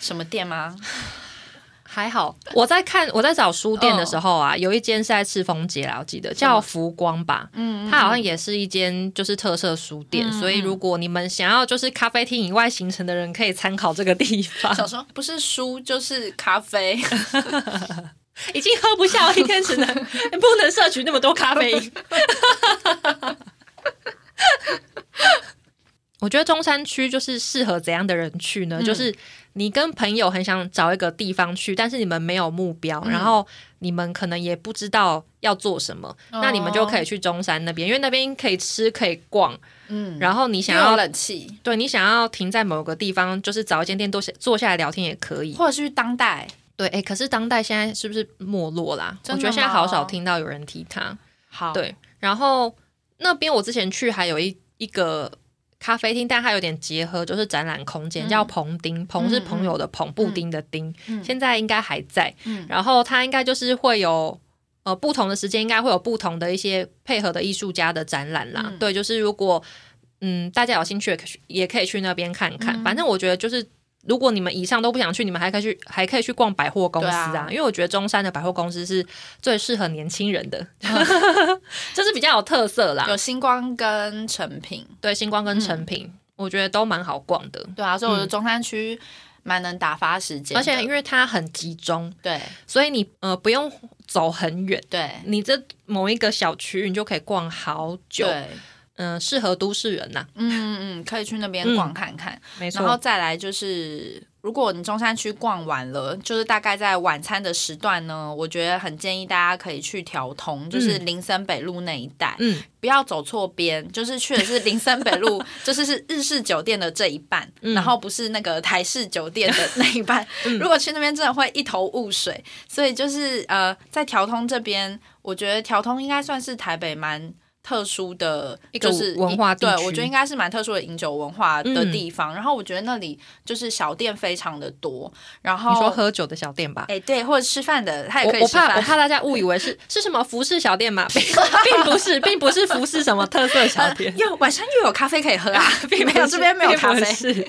S1: 什么店吗？
S2: 还好，我在看我在找书店的时候啊，有一间是在赤峰街啦，我记得叫福光吧，嗯， 它好像也是一间就是特色书店，所以如果你们想要就是咖啡厅以外行程的人，可以参考这个地方。
S1: 小说不是书就是咖啡，
S2: 已经喝不下，我一天 只能不能摄取那么多咖啡因。 我觉得中山区就是适合怎样的人去呢？就是你跟朋友很想找一个地方去，但是你们没有目标，然后你们可能也不知道要做什么， 那你们就可以去中山那边，因为那边可以吃可以逛，
S1: 嗯，
S2: 然后你想
S1: 又有
S2: 要
S1: 冷气，
S2: 对你想要停在某个地方，就是找一间店坐下坐下来聊天也可以。
S1: 或者是去当代，
S2: 对，哎、可是当代现在是不是没落啦？我
S1: 真的
S2: 觉得现在好少
S1: 吗
S2: 听到有人提它。
S1: 好，
S2: 对然后那边我之前去还有一一个咖啡厅，但它有点结合，就是展览空间、叫彭丁，彭是朋友的彭，布丁的丁，
S1: 嗯
S2: 现在应该还在。
S1: 嗯
S2: 然后它应该就是会有。呃，不同的时间应该会有不同的一些配合的艺术家的展览啦。
S1: 嗯
S2: 对，就是如果嗯大家有兴趣也可以去，也可以去那边看看。
S1: 嗯
S2: 反正我觉得就是，如果你们以上都不想去，你们还可以去，还可以去逛百货公司
S1: 对啊
S2: 啊因为我觉得中山的百货公司是最适合年轻人的， 就是比较嗯有特色啦。
S1: 有星光跟成品，
S2: 对，星光跟成品，我觉得都蛮好逛的，
S1: 对啊，所以我觉得中山区蛮能打发时间的，
S2: 嗯而且因为它很集中，
S1: 对
S2: 所以你呃不用走很远，
S1: 对
S2: 你这某一个小区域你就可以逛好久。
S1: 对，
S2: 嗯、适合都市人呐、
S1: 嗯嗯嗯，可以去那边
S2: 嗯
S1: 逛看看。
S2: 没
S1: 然后。再来就是，如果你中山区逛完了，就是大概在晚餐的时段呢，我觉得很建议大家可以去调通，就是林森北路那一带，
S2: 嗯
S1: 不要走错边，就是去的是林森北 路，就是是日式酒店的这一半，
S2: 嗯
S1: 然后不是那个台式酒店的那一 半。如果去那边真的会一头雾水，所以就是呃，在调通这边，我觉得调通应该算是台北蛮。特殊的，
S2: 一个
S1: 就是
S2: 文化地
S1: 对
S2: 区
S1: 我觉得应该是蛮特殊的饮酒文化的
S2: 嗯
S1: 地方。然后我觉得那里就是小店非常的多，然后
S2: 你说喝酒的小店吧。
S1: 哎、对，或者吃饭的，他也
S2: 我
S1: 可以
S2: 我
S1: 吃饭。，
S2: 怕我怕大家误以为 是是什么服饰小店嘛， 并并不是，并不是服饰什么特色小店
S1: 又晚上又有咖啡可以喝啊，并没有这边没有咖
S2: 并不
S1: 啡。
S2: 是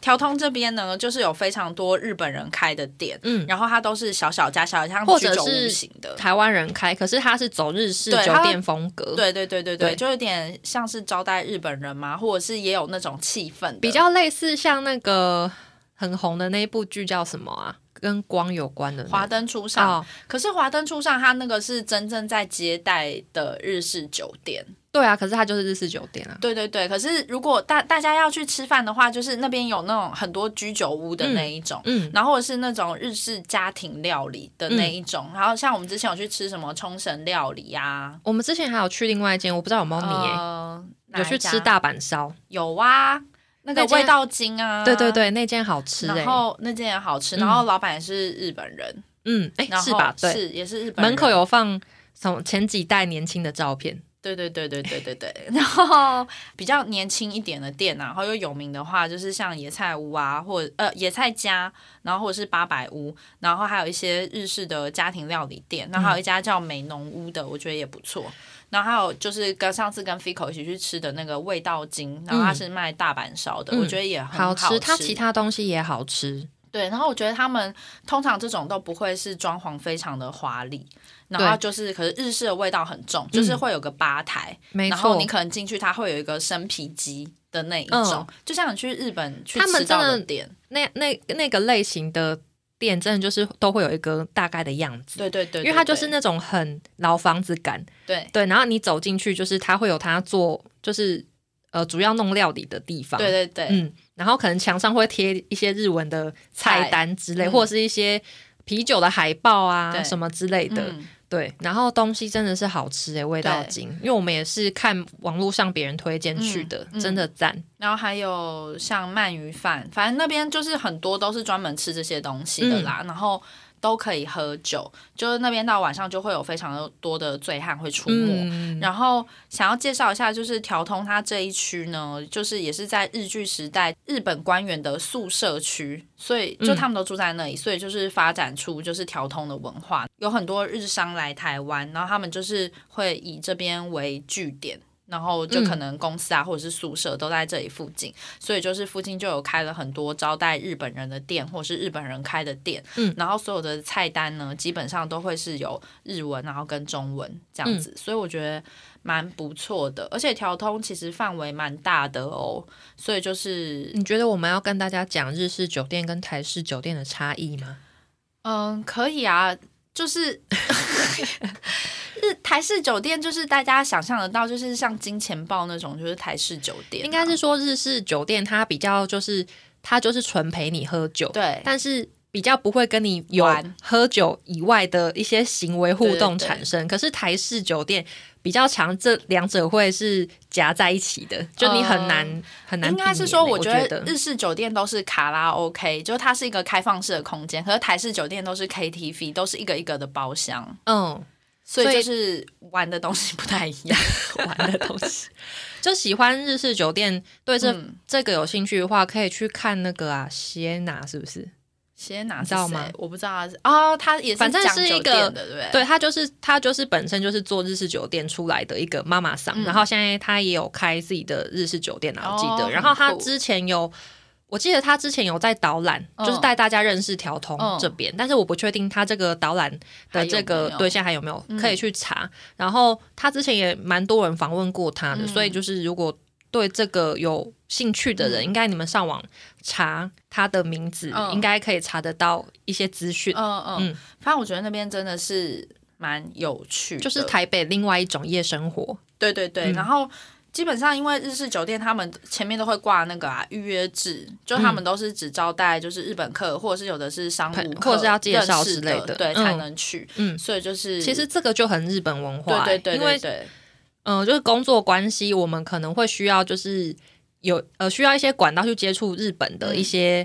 S1: 调通这边呢，就是有非常多日本人开的店，
S2: 嗯
S1: 然后它都是小小家小小家，像
S2: 或者
S1: 居酒屋
S2: 是
S1: 型的。
S2: 台湾人开，可是它是走日式
S1: 对
S2: 酒
S1: 它
S2: 店风格，，
S1: 对对对对对，
S2: 对
S1: 就有点像是招待日本人嘛，或者是也有那种气氛的
S2: 比较类似像那个很红的那一部剧叫什么啊？跟光有关的那个
S1: 华灯初上。
S2: 哦，
S1: 可是华灯初上，它那个是真正在接待的日式酒店。
S2: 对啊，可是它就是日式酒店啊，
S1: 对对对，可是如果大大家要去吃饭的话，就是那边有那种很多居酒屋的那一种。
S2: 嗯，
S1: 然后或者是那种日式家庭料理的那一种，
S2: 嗯
S1: 然后像我们之前有去吃什么冲绳料理呀、
S2: 我们之前还有去另外一间，我不知道有没有哦你耶、
S1: 呃，哪
S2: 有
S1: 一
S2: 去吃
S1: 家
S2: 大阪烧，
S1: 有啊，那个
S2: 那间
S1: 味道精啊，
S2: 对对。对，那间好吃哎、
S1: 然后那间也好吃，
S2: 嗯
S1: 然后老板也是日本人，
S2: 嗯，哎、
S1: 然后
S2: 是吧？对，
S1: 是也是日本人
S2: 门口，有放什么前几代年轻的照片，
S1: 对对对对对对对。 然后比较年轻一点的店啊，然后又有名的话，就是像野菜屋啊，或呃野菜家，然后或者是八百屋，然后还有一些日式的家庭料理店，然后还有一家叫美浓屋的，我觉得也不错。然后还有就是跟上次跟 Fico 一起去吃的那个味道精，然后它是卖大阪烧的，
S2: 嗯
S1: 我觉得也很
S2: 好
S1: 吃。
S2: 它其他东西也好吃。
S1: 对，然后我觉得他们通常这种都不会是装潢非常的华丽，然后就是可是日式的味道很重，就是会有个吧台，
S2: 没
S1: 然后
S2: 错
S1: 你，可能进去它会有一个生啤鸡的那一
S2: 嗯
S1: 种，就像你去日本去
S2: 他们
S1: 吃到
S2: 真的
S1: 的店，
S2: 那那那个类型的店，真的就是都会有一个大概的样子。
S1: 对对对
S2: 因为它就是
S1: 那
S2: 那种很老房子感，
S1: 对
S2: 对，然后你走进去，就是它会有它做，就是呃主要弄料理的地方，
S1: 对对对，
S2: 嗯，然后可能墙上会贴一些日文的菜单之类，
S1: 嗯
S2: 或者是一些啤酒的海报啊
S1: 对
S2: 什么之类的。
S1: 嗯
S2: 对，然后东西真的是好吃诶、味道精，因为我们也是看网络上别人推荐去的，
S1: 嗯嗯
S2: 真的赞。
S1: 然后还有像鳗鱼饭，反正那边就是很多都是专门吃这些东西
S2: 嗯
S1: 的啦，然后都可以喝酒，就是那边到晚上就会有非常多的醉汉会出没。
S2: 嗯，
S1: 然后想要介绍一下，就是调通它这一区呢，就是也是在日据时代日本官员的宿舍区，所以就
S2: 嗯
S1: 他们都住在那里，所以就是发展出就是调通的文化，有很多日商来台湾，然后他们就是会以这边为据点。然后就可能公司啊，或者是宿舍都在这里附近，所以就是附近就有开了很多招待日本人的店，或是日本人开的店。
S2: 嗯
S1: 然后所有的菜单呢，基本上都会是有日文，然后跟中文这
S2: 嗯
S1: 样子，所以我觉得蛮不错的。而且调通其实范围蛮大的哦，所以就是
S2: 你觉得我们要跟大家讲日式酒店跟台式酒店的差异吗？
S1: 嗯，可以啊，就是 日台式酒店，就是大家想象得到，就是像金钱豹那种，就是台式酒店啊、
S2: 应该是说日式酒店它比较就是它就是纯陪你喝酒，
S1: 对
S2: 但是比较不会跟你有
S1: 玩
S2: 喝酒以外的一些行为互动
S1: 对对对
S2: 产生。可是台式酒店比较常这两者会是夹在一起的，就你很难、很难
S1: 呃应
S2: 避免欸。
S1: 该是说，
S2: 我
S1: 我觉得日式酒店都是卡拉 OK，就是它是一个开放式的空间，可是台式酒店都是 KTV，都是一个一个的包厢，
S2: 嗯，
S1: 所以
S2: 所以
S1: 就是玩的东西不太一 样。
S2: 玩的东西。 就喜欢日式酒店，对这、
S1: 嗯
S2: 这个有兴趣的话，可以去看那个啊，谢娜是不是？
S1: 谢娜
S2: 你
S1: 是
S2: 知道吗
S1: 谁？我不知道他是哦，他也是
S2: 反正
S1: 讲
S2: 是一
S1: 酒
S2: 个
S1: 店的，对不对？
S2: 对，她就是她就是本身就是做日式酒店出来的一个妈妈桑，
S1: 嗯
S2: 然后现在她也有开自己的日式酒店啦，我记
S1: 哦
S2: 得。
S1: 很
S2: 然后她
S1: 酷
S2: 之前有，我记得她之前有在导览，
S1: 嗯
S2: 就是带大家认识调通
S1: 嗯
S2: 这边，但是我不确定她这个导览的这
S1: 还有
S2: 个
S1: 没有
S2: 对象还有没有
S1: 嗯
S2: 可以去查。然后她之前也蛮多人访问过她的，
S1: 嗯
S2: 所以就是如果对这个有兴趣的人，应该你们上网查她的名字，
S1: 嗯
S2: 应该可以查得到一些资讯。
S1: 嗯嗯
S2: 嗯，
S1: 反正我觉得那边真的是蛮有趣的，
S2: 就是台北另外一种夜生活，
S1: 对对对，
S2: 嗯
S1: 然后。基本上，因为日式酒店他们前面都会挂那个啊预约制，就他们
S2: 嗯
S1: 都是只招待就是日本客，或者是有的是商务客，
S2: 或者是要介绍
S1: 认识
S2: 之类的
S1: 的，对，
S2: 嗯
S1: 才能去。
S2: 嗯
S1: 所以就是
S2: 其实这个就很日本文
S1: 对
S2: 化、欸，
S1: 对对
S2: 因为
S1: 对对，
S2: 嗯、呃就是工作关系，我们可能会需要就是有呃需要一些管道去接触日本的一些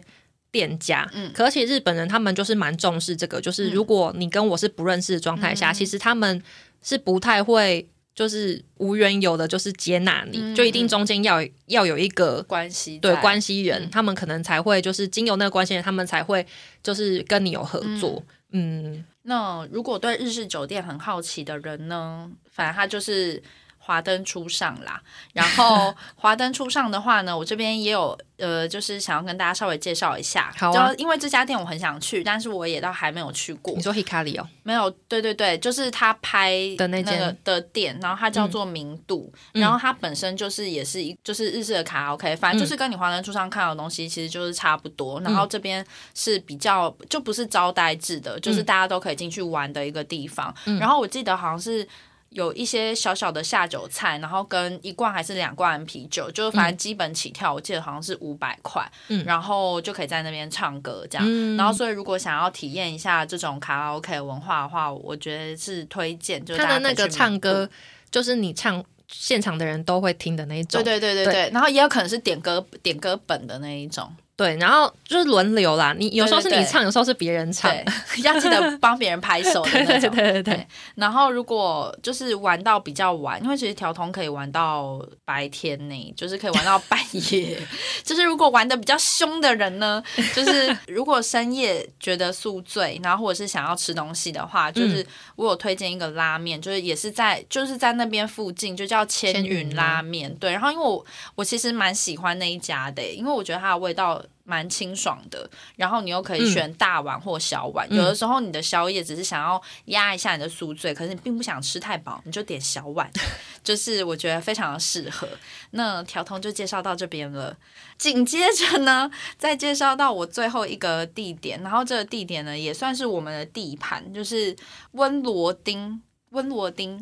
S2: 店家，
S1: 嗯
S2: 可而且日本人他们就是蛮重
S1: 嗯
S2: 视这个，就是如果你跟我是不认识的状态下，其实他们是不太会。就是无缘由的，就是接纳你，
S1: 嗯
S2: 就一定中间要要有一个
S1: 关系
S2: 对
S1: 在
S2: 关系人，
S1: 嗯
S2: 他们可能才会就是经由那个关系人，他们才会就是跟你有合作。嗯，
S1: 那如果对日式酒店很好奇的人呢，反正他就是华灯初上啦。然 后华灯初上的话呢，我这边也有呃，就是想要跟大家稍微介绍一下。
S2: 好啊
S1: 就因为这家店我很想去，但是我也到还没有去过
S2: 你。说 Hikari 哦，
S1: 没有，对对对，就是他拍
S2: 的那间
S1: 个的店，然后它叫做明度，
S2: 嗯
S1: 然后它本身就是也是一就是日式的卡拉 OK，反正就是跟你华人出上看到的东西其实就是差不
S2: 嗯
S1: 多。然后这边是比较就不是招待制的，
S2: 嗯
S1: 就是大家都可以进去玩的一个地方。然后我记得好像是。有一些小小的下酒菜，然后跟一罐还是两罐啤酒，就是反正基本起跳，我记得好像是五百块，
S2: 嗯
S1: 然后就可以在那边唱歌这样。
S2: 嗯
S1: 然后，所以如果想要体验一下这种卡拉 OK 文化的话，我觉得是推荐，就是
S2: 他
S1: 大家
S2: 的
S1: 可
S2: 那
S1: 以去
S2: 个唱
S1: 蒙
S2: 歌就是你唱现场的人都会听的那一
S1: 古，
S2: 种，
S1: 对对对对对，然后也有可能是点歌点歌本的那一种，
S2: 对然后就是轮流啦，你有时候是
S1: 对
S2: 你
S1: 对对
S2: 唱，有时候是别人唱，
S1: 对，要记得帮别人拍手的那种。
S2: 对对
S1: 对然后如果就是玩到比较晚，因为其实调通可以玩到白天呢，就是可以玩到半 夜。就是如果玩的比较凶的人呢， 就是如果深夜觉得宿醉，然后或者是想要吃东西的话，就是我有推荐一个拉面，就是也是在就是在那边附近，就叫千云拉面。对，然后因为我我其实蛮喜欢那一家的，欸因为我觉得它的味道。蛮清爽的，然后你又可以选大碗或小碗。有的时候你的宵夜只是想要压一下你的宿醉，可是你并不想吃太饱，你就点小碗， 就是我觉得非常的适合。那调通就介绍到这边了，紧接着呢， 再介绍到我最后一个地点，然后这个地点呢也算是我们的地盘，就是温罗丁。温罗 丁，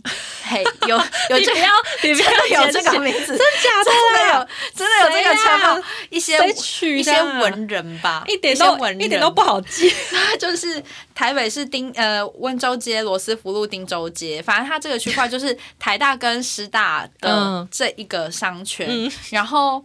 S1: 嘿，有有
S2: 你
S1: 这
S2: 不要，你不要
S1: 个有这个
S2: 解释
S1: 名字，
S2: 真 假
S1: 真的
S2: 的啦
S1: 有真的有这个
S2: 谁啊
S1: 称号，一些
S2: 谁取
S1: 一
S2: 的
S1: 些
S2: 啊
S1: 文人吧，
S2: 一点
S1: 些
S2: 都
S1: 文人
S2: 一点都不好 记。
S1: 它就是台北市丁呃温州街、罗斯福路、汀州街，反正它这个区块就是台大跟师大的
S2: 嗯
S1: 这一个商圈。
S2: 嗯
S1: 然后，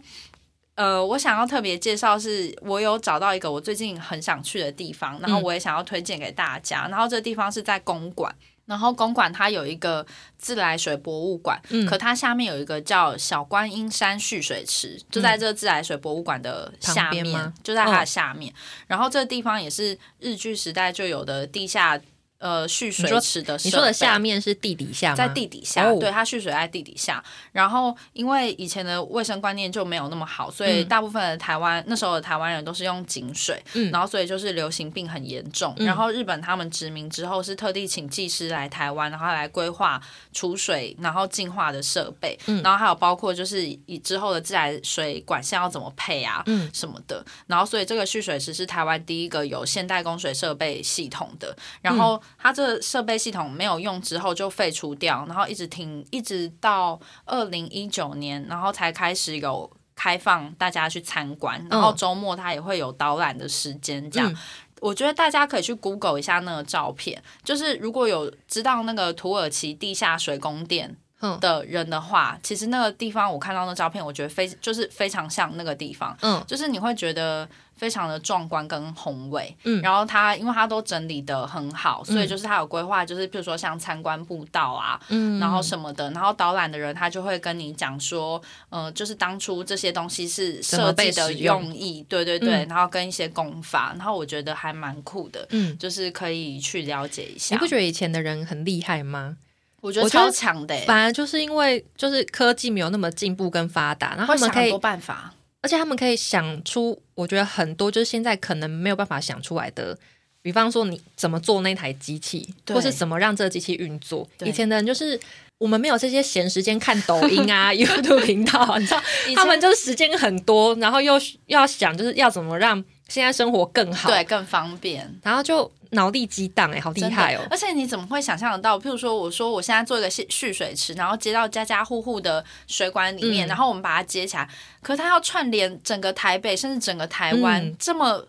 S1: 呃，我想要特别介绍是，我有找到一个我最近很想去的地方，然后
S2: 嗯
S1: 我也想要推荐给大家。然后这地方是在公馆。然后公馆它有一个自来水博物馆，
S2: 嗯
S1: 可它下面有一个叫小观音山蓄水池，就在这自来水博物馆的下
S2: 嗯旁边
S1: 面
S2: 吗，
S1: 就在它的下面。然后这个地方也是日据时代就有的地下呃蓄水
S2: 你说
S1: 池的设备，
S2: 你说的下面是地底下吗？
S1: 在地底下，
S2: 哦
S1: 对，它蓄水在地底下。然后因为以前的卫生观念就没有那么好，所以大部分的台湾、那时候的台湾人都是用井水，
S2: 嗯
S1: 然后所以就是流行病很严重。然后日本他们殖民之后是特地请技师来台湾，然后来规划储水然后净化的设备，
S2: 嗯
S1: 然后还有包括就是以之后的自来水管线要怎么配啊，
S2: 嗯
S1: 什么的。然后所以这个蓄水池是台湾第一个有现代供水设备系统的。然后它这个设备系统没有用之后就废除掉，然后一直停，一直到二零一九年，然后才开始有。开放大家去参观，然后周末它也会有导览的时间，这样、
S2: 嗯
S1: 我觉得大家可以去 Google 一下那个照片，就是如果有知道那个土耳其地下水宫殿
S2: 嗯
S1: 的人的话，其实那个地方我看到那照片，我觉得非就是非常像那个地方，
S2: 嗯
S1: 就是你会觉得非常的壮观跟宏伟。
S2: 嗯
S1: 然后它因为它都整理的很好，所以就是它有规划，就是比如说像参观步道啊，
S2: 嗯
S1: 然后什么的，然后导览的人他就会跟你讲说，呃，就是当初这些东西是
S2: 怎
S1: 设
S2: 么被
S1: 计的
S2: 使用
S1: 用意，对对对，然后跟一些功法，然后我觉得还蛮酷的，
S2: 嗯，
S1: 就是可以去了解一下。
S2: 你不觉得以前的人很厉害吗？
S1: 我觉得
S2: 我觉
S1: 超
S2: 得
S1: 强的、欸，
S2: 反而就是因为就是科技没有那么进步跟发达，然后
S1: 会
S2: 他们
S1: 想
S2: 可
S1: 很
S2: 以
S1: 多，办法，
S2: 而且他们可以想出我觉得很多就是现在可能没有办法想出来的。比方说，你怎么做那台机器，
S1: 对
S2: 或是怎么让这个机器运作？
S1: 对
S2: 以前的人就是我们没有这些闲时间看抖音啊、YouTube 频道啊，你知道，
S1: 以前
S2: 他们就是时间很多，然后又要想就是要怎么让现在生活更好，
S1: 对更方便。
S2: 然后就脑力激荡哎、好厉害
S1: 真的
S2: 哦！
S1: 而且你怎么会想象得到？譬如说，我说我现在做一个蓄蓄水池，然后接到家家户户的水管里面，
S2: 嗯
S1: 然后我们把它接起来，可它要串联整个台北，甚至整个台湾，
S2: 嗯
S1: 这么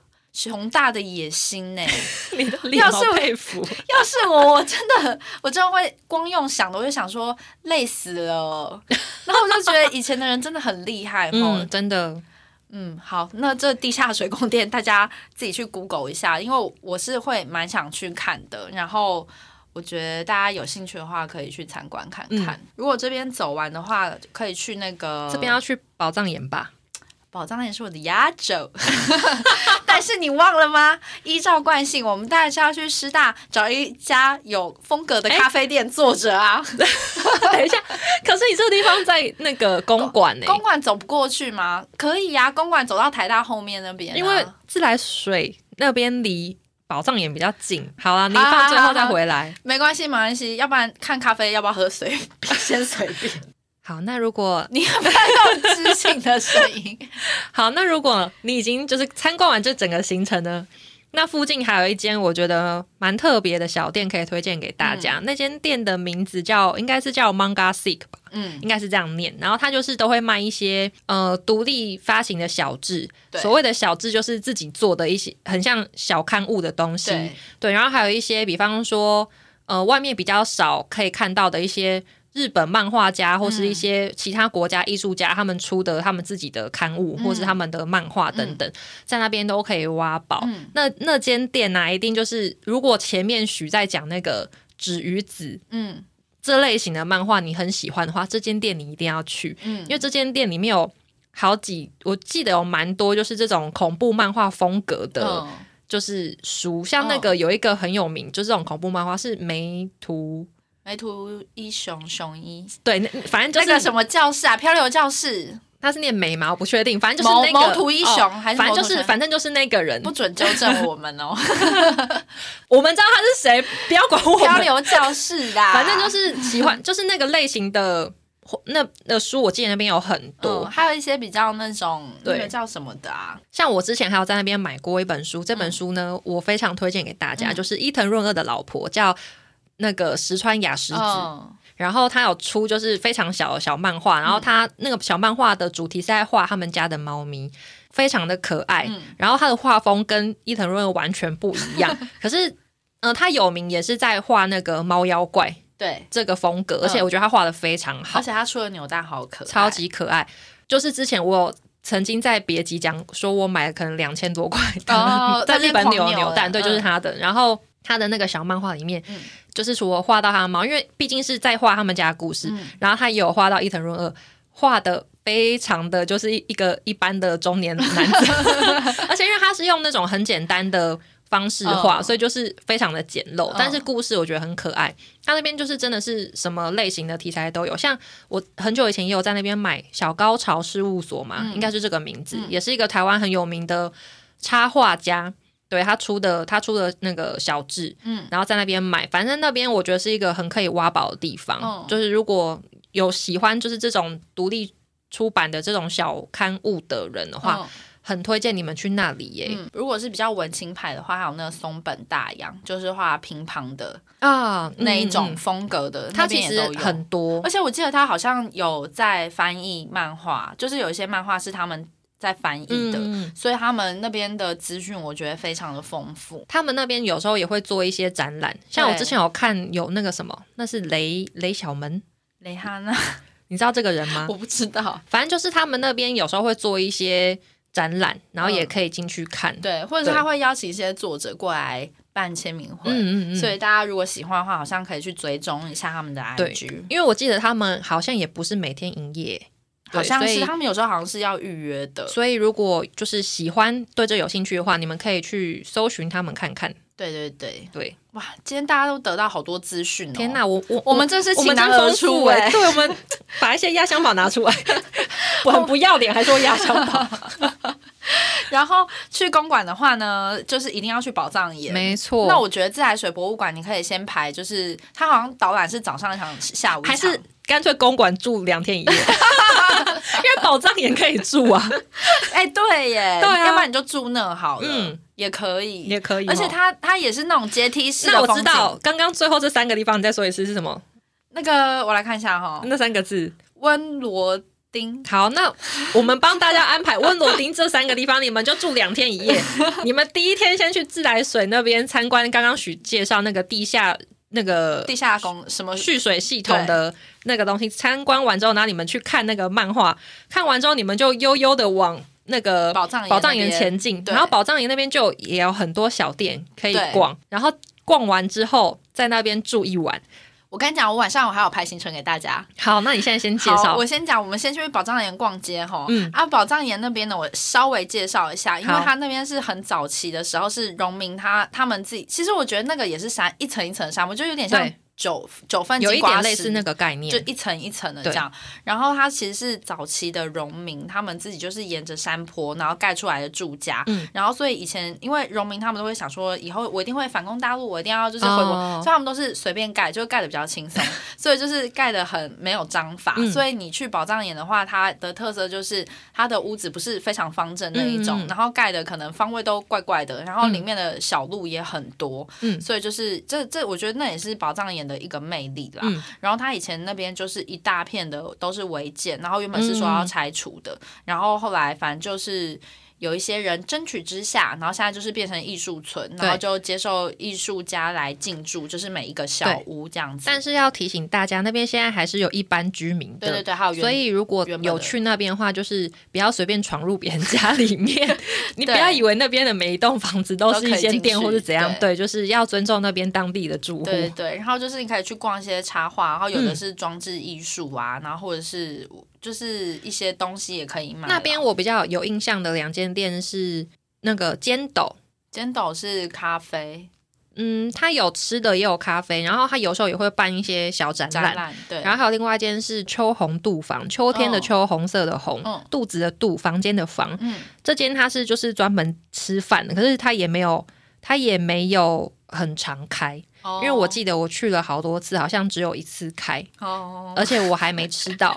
S1: 宏大的野心呢、
S2: 你的
S1: 要是我
S2: 佩 服，
S1: 要是我，我真的，我真的会光用想的，我就想说累死了。然后我就觉得以前的人真的很厉害 哦。
S2: 嗯，真的，
S1: 嗯，好，那这地下水宫殿大家自己去 Google 一下，因为我是会蛮想去看的。然后我觉得大家有兴趣的话，可以去参观看看。如果这边走完的话，可以去那个
S2: 嗯这边哦要去宝藏岩吧？
S1: 宝藏岩是我的压轴， 但是你忘了吗？依照惯性，我们当然是要去师大找一家有风格的咖啡店坐着啊。
S2: 等一下，可是你这个地方在那个公馆欸呢、
S1: 公馆走不过去吗？可以呀、公馆走到台大后面那边啊、
S2: 因为自来水那边离宝藏岩比较近。好啦，你放最后再回来。
S1: 没关系，没关系，要不然看咖啡要不要喝 水，先随便。
S2: 好，那如果
S1: 你有没有知性的声音？
S2: 好，那如果你已经就是参观完这整个行程呢，那附近还有一间我觉得蛮特别的小店可以推荐给大家。那间店的名字叫应该是叫 Manga Sick 吧，
S1: 嗯，
S2: 应该是这样念。然后它就是都会卖一些呃独立发行的小志，
S1: 对
S2: 所谓的小志就是自己做的一些很像小刊物的东西。
S1: 对，
S2: 对，然后还有一些，比方说，呃，外面比较少可以看到的一些日本漫画家或
S1: 嗯
S2: 是一些其他国家艺术家他们出的他们自己的刊物，或是他们的漫画等等，在那边都可以挖宝。
S1: 嗯
S2: 那那间店呢、一定就是如果前面许在讲那个止于子
S1: 嗯
S2: 这类型的漫画你很喜欢的话，这间店你一定要去，
S1: 嗯
S2: 因为这间店里面有。好几，我记得有蛮多，就是这种恐怖漫画风格的、
S1: 嗯
S2: 就是书，像那
S1: 哦
S2: 个有一个很有名，就是这种恐怖漫画是梅图，
S1: 梅图一雄雄一，
S2: 对，那反正就是
S1: 那个什么教室啊，漂流教室，
S2: 他是念梅吗？我不确定，反正就是
S1: 谋
S2: 那个
S1: 谋图一雄、
S2: 哦
S1: 还是
S2: 反
S1: 谋
S2: 正就
S1: 图
S2: 是
S1: 雄
S2: 反正就是那个人
S1: 不，准纠正我们 哦，
S2: 我们知道他是谁，不要管我
S1: 漂
S2: 们，
S1: 流教室啦，
S2: 反正就是喜欢，就是那个类型的那那书，我记得那边有很多
S1: 嗯，，还有一些比较那种那
S2: 对
S1: 个叫什么的啊，
S2: 像我之前还有在那边买过一本书，
S1: 嗯
S2: 这本书呢，我非常推荐给大家，就是伊藤润二的老婆叫那个石川雅石子，
S1: 嗯
S2: 然后他有出就是非常小的小漫画，然后他那个小漫画的主题是在画他们家的猫咪，非常的可爱。
S1: 嗯
S2: 然后他的画风跟伊藤润二完全不一 样，可是嗯、呃，他有名也是在画那个猫妖怪
S1: 对，
S2: 这个风格，而且我觉得他画的非常
S1: 嗯
S2: 好
S1: 而，且他出的扭蛋好可爱，
S2: 超级可爱。就是之前我有曾经在别集讲说，我买了可能两千多块的、
S1: 哦
S2: 在日本
S1: 在那
S2: 扭
S1: 边狂扭
S2: 扭蛋，
S1: 了
S2: 对，就是
S1: 嗯
S2: 他的。然后他的那个小漫画里面，
S1: 嗯
S2: 就是除了画到他的猫，因为毕竟是在画他们家的故事，
S1: 嗯
S2: 然后他也有画到伊藤润二，画的非常的就是一一个一般的中年男 子，而且因为他是用那种很简单的。方式画，
S1: 嗯
S2: 所以就是非常的简陋，
S1: 嗯
S2: 但是故事我觉得很可爱。他那边就是真的是什么类型的题材都有，像我很久以前也有在那边买小高潮事务所嘛，应该是这个名字，也是一个台湾很有名的插画家。对他出的，他出的那个小志，
S1: 嗯
S2: 嗯，然后在那边买，反正那边我觉得是一个很可以挖宝的地方。
S1: 嗯
S2: 就是如果有喜欢就是这种独立出版的这种小刊物的人的话，
S1: 嗯
S2: 很推荐你们去那里耶、
S1: 嗯，如果是比较文青派的话，还有那个松本大洋，就是画乒乓的
S2: 啊，嗯
S1: 那一种
S2: 嗯
S1: 风格的，
S2: 它
S1: 那
S2: 其
S1: 边
S2: 实
S1: 也都有
S2: 很多
S1: 而且我记得他好像有在翻译漫画，就是有一些漫画是他们在翻译的，
S2: 嗯
S1: 所以他们那边的资讯我觉得非常的丰富。
S2: 他们那边有时候也会做一些展览，像我
S1: 对
S2: 之前有看有那个什么，那是雷雷小门，
S1: 蕾哈娜，
S2: 你知道这个人吗？
S1: 我不知 道，
S2: 反正就是他们那边有时候会做一些展览，然后也可以进去看。
S1: 对，或者是
S2: 嗯对
S1: 他会邀请一些作者过来办签名会。
S2: 嗯嗯嗯，
S1: 所以大家如果喜欢的话，好像可以去追踪一下他们的 IG，
S2: 因为我记得他们好像也不是每天营业，
S1: 好像
S2: 对
S1: 是
S2: 所以
S1: 他们有时候好像是要预约的。
S2: 所以如果就是喜欢对这有兴趣的话，你们可以去搜寻他们看看。
S1: 对对对，
S2: 对，
S1: 哇，今天大家都得到好多资讯哦！
S2: 天哪，，我我
S1: 我们真是
S2: 我
S1: 情
S2: 们
S1: 难
S2: 真
S1: 而
S2: 丰
S1: 出
S2: 富
S1: 哎、
S2: 哎，对我们把一些压箱宝拿出 来，我很不要脸，还说压箱宝，
S1: 然后去公馆的话呢，就是一定要去宝藏岩，
S2: 没错
S1: 那我觉得自来水博物馆，你可以先排，就是它好像导览是早上一场，下午一
S2: 还
S1: 场
S2: 是干脆公馆住两 天一夜，因为宝藏岩可以住啊，
S1: 哎、对耶，
S2: 对啊
S1: 要不然你就住那好了，
S2: 嗯
S1: 也可以，
S2: 也可以哦。
S1: 而且它它也是那种阶梯式的
S2: 那我
S1: 风
S2: 知
S1: 景
S2: 道，刚刚最后这三个地方，你再说一次是什么？
S1: 那个我来看一下哈、
S2: 那三个字。
S1: 温罗丁，
S2: 好，那我们帮大家安排温罗丁这三个地方，你们就住两天一 夜。你们第一天先去自来水那边参观，刚刚许介绍那个地下那个
S1: 地下宫什么
S2: 蓄水系统的那个东西，参观完之后，然后你们去看那个漫画，看完之后你们就悠悠的往那个
S1: 宝藏岩
S2: 宝藏
S1: 那
S2: 岩
S1: 边
S2: 前进，
S1: 对
S2: 然后宝藏岩那边就也有很多小店可以
S1: 对
S2: 逛，然后逛完之后，在那边住一晚。
S1: 我跟你讲，我晚上我还有排行程给大家。
S2: 好，那你现在先介
S1: 好，
S2: 绍
S1: 我。先讲，我们先去宝藏岩逛街哈。
S2: 嗯
S1: 啊，宝藏岩那边呢，我稍微介绍一下，因为
S2: 好
S1: 它那边是很早期的时候是农民他他们自己，其实我觉得那个也是沙一层一层的沙漠，就有点像
S2: 对
S1: 九九份
S2: 有一
S1: 鸡瓜
S2: 点类
S1: 石
S2: 似那个概念，
S1: 就一层一层的这
S2: 对
S1: 样。然后它其实是早期的农民，他们自己就是沿着山坡，然后盖出来的住家。
S2: 嗯
S1: 然后所以以前因为农民他们都会想说，以后我一定会反攻大陆，我一定要就是回国，
S2: 哦
S1: 所以他们都是随便盖，就盖的比较轻松，所以就是盖的很没有章法。
S2: 嗯
S1: 所以你去宝藏岩的话，它的特色就是它的屋子不是非常方正那一种，
S2: 嗯嗯
S1: 然后盖的可能方位都怪怪的，然后里面的小路也很多，
S2: 嗯
S1: 所以就是这这我觉得那也是宝藏岩的一个魅力啦。
S2: 嗯
S1: 然后他以前那边就是一大片的都是违建，然后原本是说
S2: 嗯
S1: 要拆除的，然后后来反正就是。有一些人争取之下，然后现在就是变成艺术村，然后就接受艺术家来进驻，就是每一个小屋这样子。
S2: 但是要提醒大家，那边现在还是有一般居民的。
S1: 对对对，还有原
S2: 所以如果
S1: 原本的
S2: 有去那边的话，就是不要随便闯入别人家 里面。你不
S1: 对
S2: 要以为那边的每一栋房子都
S1: 都
S2: 是
S1: 可
S2: 一
S1: 以
S2: 间
S1: 进
S2: 店
S1: 去
S2: 或是怎样，
S1: 对
S2: 对，就是要尊重那边当地的住户。
S1: 对对对，然后就是你可以去逛一些插画，然后有
S2: 嗯
S1: 的是装置艺术啊，然后或者是就是一些东西也可以买啦。
S2: 那边我比较有印象的两间店是那个尖斗，
S1: 尖斗是咖啡
S2: 嗯，它有吃的也有咖啡，然后它有时候也会办一些小展览
S1: 展。览，对，
S2: 然后还有另外一间是秋红肚房，秋天的
S1: 哦
S2: 秋，红色的红，
S1: 嗯
S2: 肚子的肚，房间的房。
S1: 嗯，
S2: 这间它是就是专门吃饭的，可是它也没有，它也没有很常开，
S1: 哦
S2: 因为我记得我去了好多次，好像只有一次开，
S1: 哦，
S2: 而且我还没 吃到。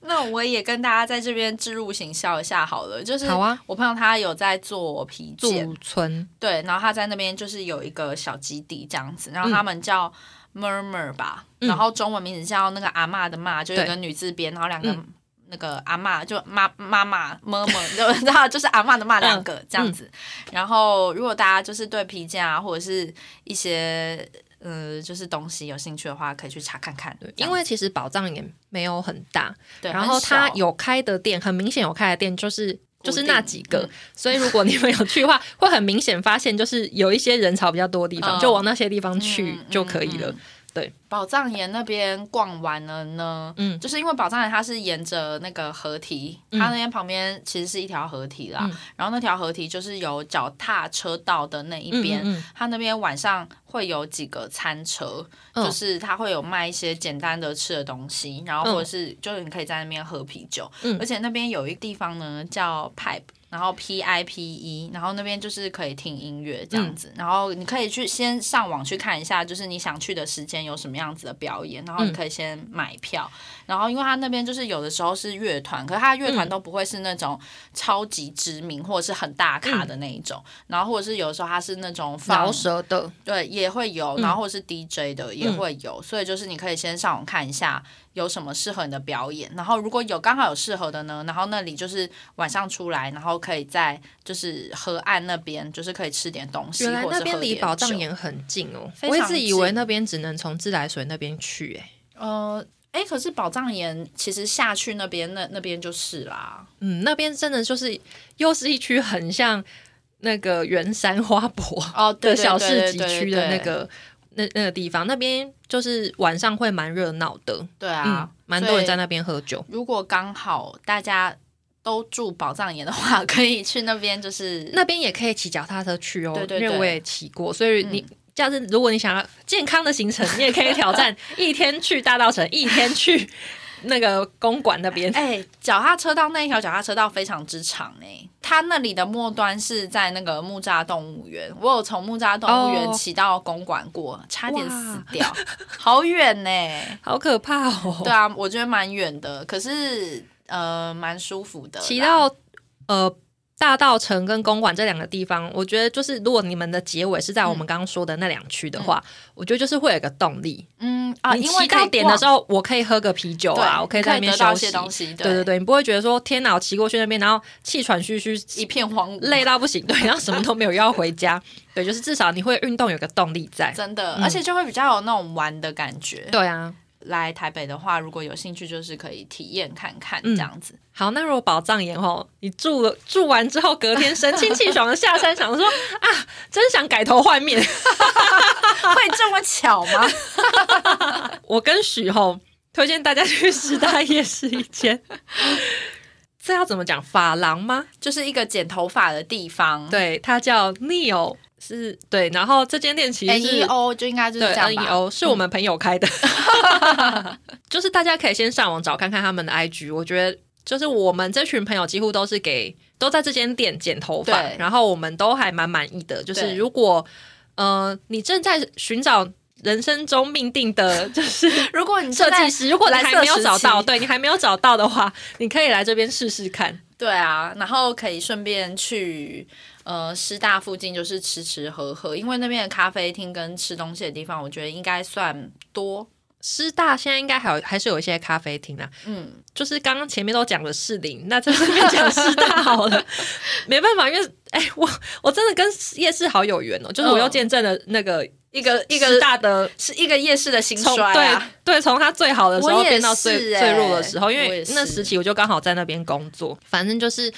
S1: 那我也跟大家在这边植入行销一下好了，就是
S2: 好啊，
S1: 我朋友他有在做皮件，
S2: 驻村
S1: 对，然后他在那边就是有一个小基地这样子，然后他们叫 Murmur 吧，
S2: 嗯
S1: 然后中文名字叫那个阿嬷的嬷，就有一个女字边，然后两个。
S2: 嗯
S1: 那个阿嬷就妈妈妈妈妈，就知道就是阿嬷的嬷两个这样
S2: 嗯
S1: 子。然后如果大家就是对皮件啊或者是一些呃就是东西有兴趣的话，可以去查看看。
S2: 对，
S1: 这样
S2: 因为其实宝藏也没有很大，
S1: 对，
S2: 然
S1: 很
S2: 后它
S1: 小
S2: 有开的店，很明显有开的店就是。就是那
S1: 定
S2: 几个，
S1: 嗯
S2: 所以如果你们有去的话，会很明显发现，就是有一些人潮比较多的地方，
S1: 嗯
S2: 就往那些地方去
S1: 嗯
S2: 就可以了。
S1: 嗯嗯
S2: 对，
S1: 宝藏岩那边逛完了呢，
S2: 嗯
S1: 就是因为宝藏岩它是沿着那个河堤，
S2: 嗯
S1: 它那边旁边其实是一条河堤啦，
S2: 嗯
S1: 然后那条河堤就是有脚踏车道的那一边。
S2: 嗯嗯
S1: 它那边晚上会有几个餐车，
S2: 嗯
S1: 就是它会有卖一些简单的吃的东西，然后或者是就是你可以在那边喝啤酒，
S2: 嗯
S1: 而且那边有一个地方呢叫 Pipe。然后 P I P E，然后那边就是可以听音乐
S2: 嗯
S1: 这样子，然后你可以去先上网去看一下，就是你想去的时间有什么样子的表演，然后你
S2: 嗯
S1: 可以先买票。然后因为它那边就是有的时候是乐团，可是它的乐团
S2: 嗯
S1: 都不会是那种超级知名或者是很大咖
S2: 嗯
S1: 的那一种，然后或者是有的时候它是那种放
S2: 饶舌的，
S1: 对，也会有，然后或是 DJ 的也会有，所以就是你可以先上网看一下有什么适合你的表演，然后如果有刚好有适合的呢，然后那里就是晚上出来，然后可以在就是河岸那边，就是可以吃点东西，
S2: 原来
S1: 或者
S2: 那
S1: 是
S2: 边
S1: 喝
S2: 离
S1: 点
S2: 宝藏
S1: 酒，
S2: 岩很近哦，
S1: 非
S2: 我一
S1: 常
S2: 直以为
S1: 近
S2: 那边只能从自来水那边去、欸，
S1: 呃，哎，可是宝藏岩其实下去那边那那边就是啦，
S2: 嗯，那边真的就是又是一区很像那个圆山花 博
S1: 哦，对
S2: 的
S1: 对
S2: 小
S1: 对
S2: 市
S1: 对
S2: 集
S1: 对
S2: 区的那
S1: 对
S2: 个那那个地方，那边就是晚上会蛮热闹的，
S1: 对啊
S2: 嗯，，蛮多
S1: 所
S2: 人
S1: 以
S2: 在那边喝酒。
S1: 如果刚好大家都住宝藏岩的话，可以去那边就是
S2: 那边也可以骑脚踏车去哦，
S1: 对对
S2: 因为
S1: 对嗯
S2: 我也骑过，所以你。下次如果你想要健康的行程，你也可以挑战一天去大道城，一天去那个公馆那边。
S1: 哎、脚踏车道那一条脚踏车道非常之长哎、它那里的末端是在那个木栅动物园，我有从木栅动物园
S2: 哦
S1: 骑到公馆过，差点
S2: 哇
S1: 死掉，好远呢、
S2: 好可怕哦！
S1: 对啊，我觉得蛮远的，可是呃，蛮舒服的啦。
S2: 骑到呃大道城跟公馆这两个地方，我觉得就是如果你们的结尾是在
S1: 嗯
S2: 我们刚刚说的那两区的话，我觉得就是会有一个动力。
S1: 嗯啊，
S2: 你
S1: 因为
S2: 骑到点的时
S1: 候，
S2: 候，我可以喝个啤酒
S1: 对
S2: 啊，我可以在那边
S1: 得到
S2: 休
S1: 一
S2: 息
S1: 些。东西，
S2: 对对对，你不会觉得说天哪，我骑过去那边，然后气喘吁吁，
S1: 一片荒芜，
S2: 累到不行，对，然后什么都没有，又要回家，对，就是至少你会运动有个动力在。
S1: 真的，
S2: 嗯
S1: 而且就会比较有那种玩的感觉。
S2: 对啊，
S1: 来台北的话，如果有兴趣，就是可以体验看看
S2: 嗯
S1: 这样子。
S2: 好，那如果宝藏岩吼，你住了住完之后，隔天神清气爽的下山，想说啊，真想改头换面。
S1: 会这么巧吗？
S2: 我跟许吼推荐大家去十大夜市一间， 这要怎么讲？发廊吗？
S1: 就是一个剪头发的地方。
S2: 对，它叫 Neo，是对。然后这间店其实
S1: ，N
S2: 是
S1: E O 就应该就是
S2: 对
S1: 这样
S2: N E
S1: 吧。
S2: O 是我们朋友开的， 就是大家可以先上网找看看他们的 I G。我觉得就是我们这群朋友几乎都是给都在这间店剪头发
S1: 对，
S2: 然后我们都还蛮满意的。就是
S1: 对
S2: 如果呃你正在寻找人生中命定 的就是
S1: 如果你
S2: 设
S1: 正在
S2: 计师，如果你
S1: 蓝色
S2: 还没有找
S1: 时
S2: 到，
S1: 期
S2: 对你还没有找到的话，你可以来这边试试看。
S1: 对啊，然后可以顺便去呃师大附近，就是吃吃喝喝，因为那边的咖啡厅跟吃东西的地方，我觉得应该算多。
S2: 师大现在应该还有还是有一些咖啡厅啦，
S1: 嗯，
S2: 就是刚刚前面都讲了士林，那在这边讲师大好了，没办法，因为哎、我我真的跟夜市好有缘哦，就是我又见证了那个
S1: 嗯一个一个
S2: 师大的
S1: 是一个夜市的兴
S2: 从
S1: 衰啊。
S2: 对对，从他最好的时候
S1: 我也
S2: 变到最、
S1: 是欸
S2: 最弱的时候，因
S1: 我
S2: 为
S1: 也是
S2: 那时期我就刚好在那边工作，反正就是。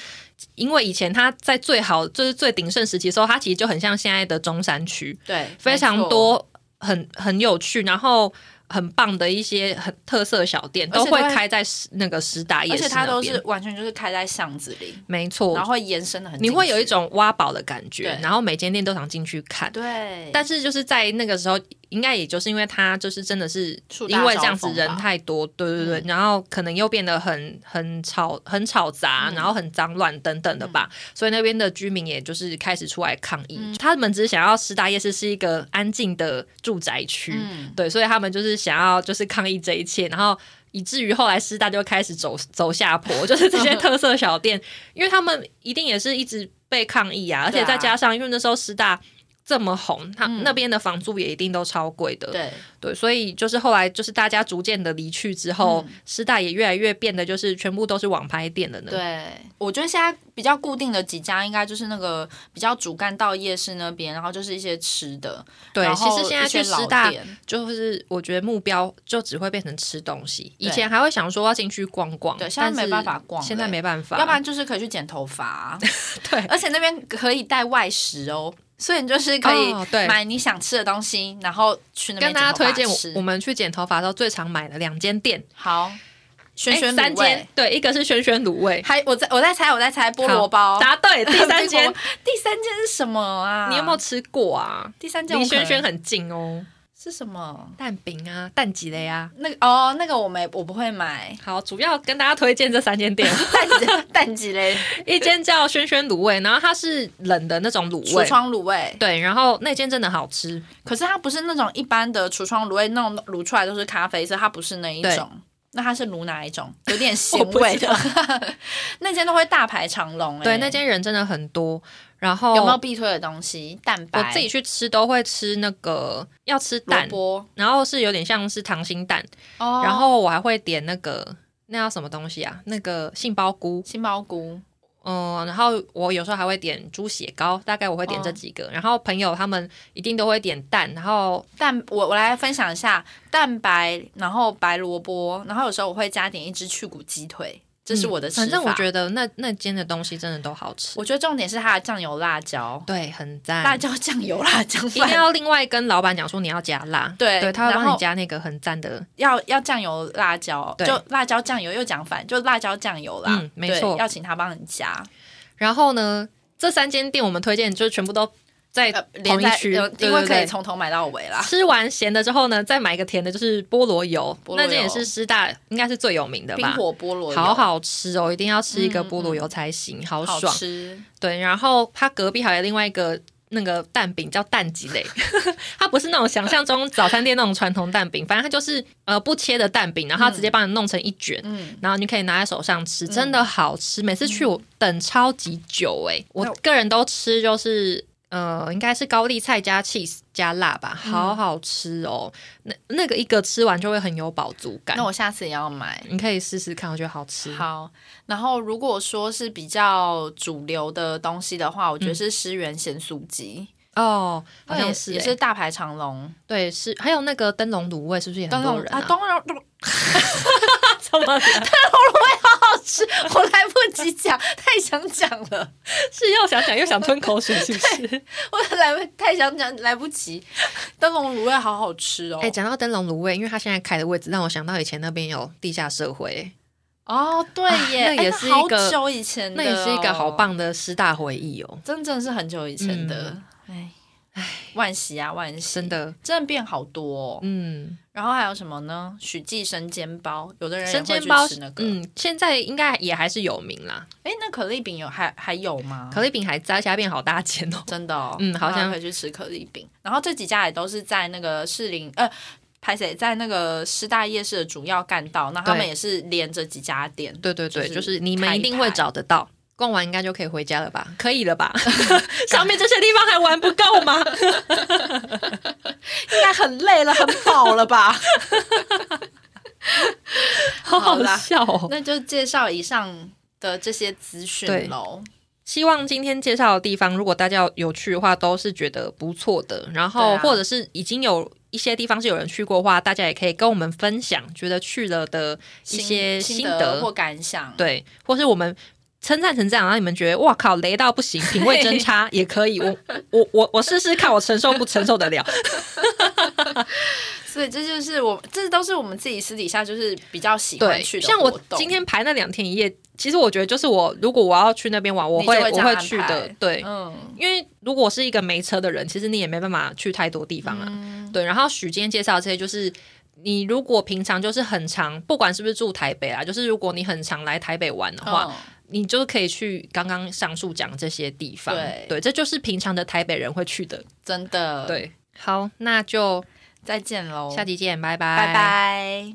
S2: 因为以前他在最好就是最鼎盛时期的时候，它其实就很像现在的中山区，
S1: 对，
S2: 非常
S1: 没错，
S2: 多很很有趣，然后很棒的一些很特色小店
S1: 而且
S2: 都会
S1: 都会
S2: 开在师那个师大夜
S1: 而
S2: 市那
S1: 且它
S2: 边，
S1: 都是完全就是开在巷子里，
S2: 没错，
S1: 然后会延伸的很进
S2: 你
S1: 去。
S2: 会有一种挖宝的感觉
S1: 对，
S2: 然后每间店都想进去看。
S1: 对，
S2: 但是就是在那个时候，应该也就是因为他就是真的是
S1: 树大
S2: 因为这样子
S1: 招风吧嗯
S2: 人太多，对对对，然后可能又变得很很吵、很吵
S1: 嗯
S2: 杂，然后很脏乱等等的吧，所以那边的居民也就是开始出来抗议，
S1: 嗯
S2: 他们只是想要师大夜市是一个安静的住宅区，
S1: 嗯
S2: 对，所以他们就是想要就是抗议这一切，然后以至于后来师大就开始走走下坡， 就是这些特色小店，因为他们一定也是一直被抗议啊，而
S1: 对
S2: 且
S1: 啊
S2: 再加上因为那时候师大这么红，他、
S1: 嗯
S2: 那边的房租也一定都超贵的，
S1: 对
S2: 对，所以就是后来就是大家逐渐的离去之后，
S1: 嗯
S2: 师大也越来越变得就是全部都是网拍店了呢。
S1: 对，我觉得现在比较固定的几家，应该就是那个比较主干道夜市那边，然后就是一些吃的。
S2: 对，
S1: 然
S2: 其
S1: 后
S2: 实现在
S1: 一些
S2: 去师
S1: 老
S2: 大
S1: 店
S2: 就是我觉得目标就只会变成吃东西，以
S1: 对
S2: 前还会想说要进去逛逛，
S1: 对现在
S2: 但是
S1: 没办法逛了
S2: 现在没办法，
S1: 要不然就是可以去剪头发啊、
S2: 啊 对
S1: 而且那边可以带外食哦，所以你就是可以
S2: 哦对
S1: 买你想吃的东西，然后去那边
S2: 跟大
S1: 剪
S2: 家
S1: 头
S2: 推
S1: 发
S2: 荐我
S1: 吃
S2: 我们去剪头发的时候最常买的两间店，
S1: 好，轩
S2: 哎
S1: 轩
S2: 三
S1: 卤
S2: 间
S1: 味，，
S2: 对，一个是轩轩卤味，
S1: 还我在我在猜我在猜菠萝包，
S2: 答对，第 三
S1: 菠萝
S2: 间
S1: 包 第三间是什么啊？
S2: 你有没有吃过啊？
S1: 第三间我
S2: 离
S1: 可能？
S2: 轩轩很近哦，
S1: 是什么？
S2: 蛋饼啊，蛋几的呀。
S1: 那个哦，那个我没我不会买，
S2: 好，主要跟大家推荐这三间 店，
S1: 淡季淡季嘞，
S2: 一间叫轩轩卤味，然后它是冷的那种卤
S1: 橱
S2: 味，
S1: 窗卤味，
S2: 对，然后那间真的好吃，
S1: 可是它不是那种一般的橱窗卤味，那种卤出来都是咖啡色，它不是那一种。那它是卤哪一种？有点 咸味的， 那间都会大排长龙、欸。
S2: 对，那间人真的很多，然后
S1: 有没有必推的东西？蛋白，
S2: 我自己去吃都会吃那个要吃
S1: 萝
S2: 蛋，
S1: 卜，
S2: 然后是有点像是溏心蛋，
S1: 哦，
S2: 然后我还会点那个那叫什么东西啊？那个杏鲍菇，
S1: 杏鲍菇，
S2: 嗯，然后我有时候还会点猪血糕，大概我会点这几个。然后朋友他们一定都会点蛋，然后
S1: 蛋，我我来分享一下蛋白，然后白萝卜，然后有时候我会加点一只去骨鸡腿，这是我的吃法。
S2: 嗯反正我觉得那那间的东西真的都好吃，
S1: 我觉得重点是它的酱油辣椒，
S2: 对，很
S1: 辣
S2: 赞。
S1: 椒酱油辣椒
S2: 一定
S1: 饭，
S2: 要另外跟老板讲说你要加辣，
S1: 对
S2: 对，他会
S1: 然
S2: 帮你
S1: 后
S2: 加那个很赞的，
S1: 要要酱油辣椒，
S2: 对
S1: 就辣椒酱油又讲反，就辣椒酱油啦，
S2: 嗯没错
S1: 对要请他帮你加，
S2: 然后呢，这三间店我们推荐就是全部都在
S1: 呃
S2: 同一区，
S1: 呃
S2: 对
S1: 因为
S2: 对
S1: 可以
S2: 对
S1: 从头买到尾啦。
S2: 吃完咸的之后呢，再买一个甜的，就是菠萝油，
S1: 菠萝
S2: 那
S1: 油
S2: 间也是师大应该是最有名的
S1: 冰
S2: 吧。
S1: 火菠萝油嗯
S2: 好好吃哦，一定要吃一个菠萝油才行，好
S1: 好
S2: 爽。
S1: 吃，
S2: 对，然后它隔壁还有另外一个那个蛋饼叫蛋鸡肋， 它不是那种想象中早餐店那种传统蛋饼，反正它就是呃不切的蛋饼，然后它直接帮你弄成一卷，
S1: 嗯，
S2: 然后你可以拿在手上吃，真的好吃。每次去我等超级久哎、我个人都吃就是。呃，应该是高丽菜加 cheese 加辣吧，
S1: 嗯
S2: 好好吃哦。那那个一个吃完就会很有饱足感
S1: 那，我下次也要买。
S2: 你可以试试看，我觉得好吃。
S1: 好，然后如果说是比较主流的东西的话，我觉得是思源咸酥鸡。
S2: 哦，嗯好
S1: 那也
S2: 像是
S1: 也
S2: 欸
S1: 是大排长龙，
S2: 对，是还有那个灯笼卤味，是不是也很
S1: 灯
S2: 多
S1: 笼
S2: 人
S1: 啊，
S2: 啊？
S1: 灯笼灯笼
S2: 怎 么了
S1: 好吃，我来不及讲， 太想讲了，
S2: 是要想想又想吞口水，是不 是？
S1: 我来不太想讲，来不及。灯笼卤味好好吃哦，
S2: 哎、讲到灯笼卤味，因为它现在开的位置让我想到以前那边有地下社会，
S1: 哦，对耶，
S2: 啊那
S1: 哎
S2: 也是一个
S1: 好久以前的
S2: 那
S1: 哦、
S2: 也是一个好棒的师大回忆哦，
S1: 真正是很久以前的，哎、万喜啊，万喜，
S2: 真，的，
S1: 真的变好多、哦。
S2: 嗯，
S1: 然后还有什么呢？许记生煎包，有的人也
S2: 生
S1: 会
S2: 煎
S1: 去
S2: 包
S1: 吃那，个。
S2: 嗯，现在应该也还是有名啦，
S1: 哎、那可丽饼有还还有吗？
S2: 可丽饼还在，而且它变好大间哦，
S1: 真的、哦，
S2: 嗯好像
S1: 大家可以去吃可丽饼。然后这几家也都是在那个士林呃。拍谁在那个师大夜市的主要干道，那他们
S2: 对
S1: 也是连着几家店，
S2: 对对对，
S1: 就是
S2: 就是你们
S1: 开
S2: 一
S1: 一
S2: 定会
S1: 排
S2: 找得到。逛完应该就可以回家了吧？可以了 吧？上面这些地方还玩不够 吗？
S1: 应该很累了，很饱了吧？
S2: 好
S1: 好
S2: 好
S1: 啦
S2: 笑哦！
S1: 那就介绍以上的这些资讯喽。
S2: 希望今天介绍的地方，如果大家有去的话，都是觉得不错的。然后
S1: 对啊
S2: 或者是已经有一些地方是有人去过的话，大家也可以跟我们分享，觉得去了的一
S1: 心
S2: 些
S1: 心
S2: 心
S1: 得或感想，
S2: 对，或是我们称赞成这样，让你们觉得哇靠，雷到不行，品味真差也可以。我我我我试试看，我承受不承受 得了？
S1: 所以这就是我，这都是我们自己私底下就是比较喜欢
S2: 对，
S1: 去的
S2: 像
S1: 活
S2: 我
S1: 动
S2: 今天排那两天一夜，其实我觉得就是我如果我要去那边玩，我会
S1: 你就会这样
S2: 我会
S1: 安排
S2: 去的，对。
S1: 嗯，
S2: 因为如果是一个没车的人，其实你也没办法去太多地方啊。对，然后许今天介绍的这些，就是你如果平常就是很常，不管是不是住台北啦，啊就是如果你很常来台北玩的话，
S1: 嗯
S2: 你就是可以去刚刚上述讲这些地方。
S1: 对
S2: 这就是平常的台北人会去的。
S1: 真的，，
S2: 对，好，那就
S1: 再见喽，
S2: 下期见，拜拜，
S1: 拜拜。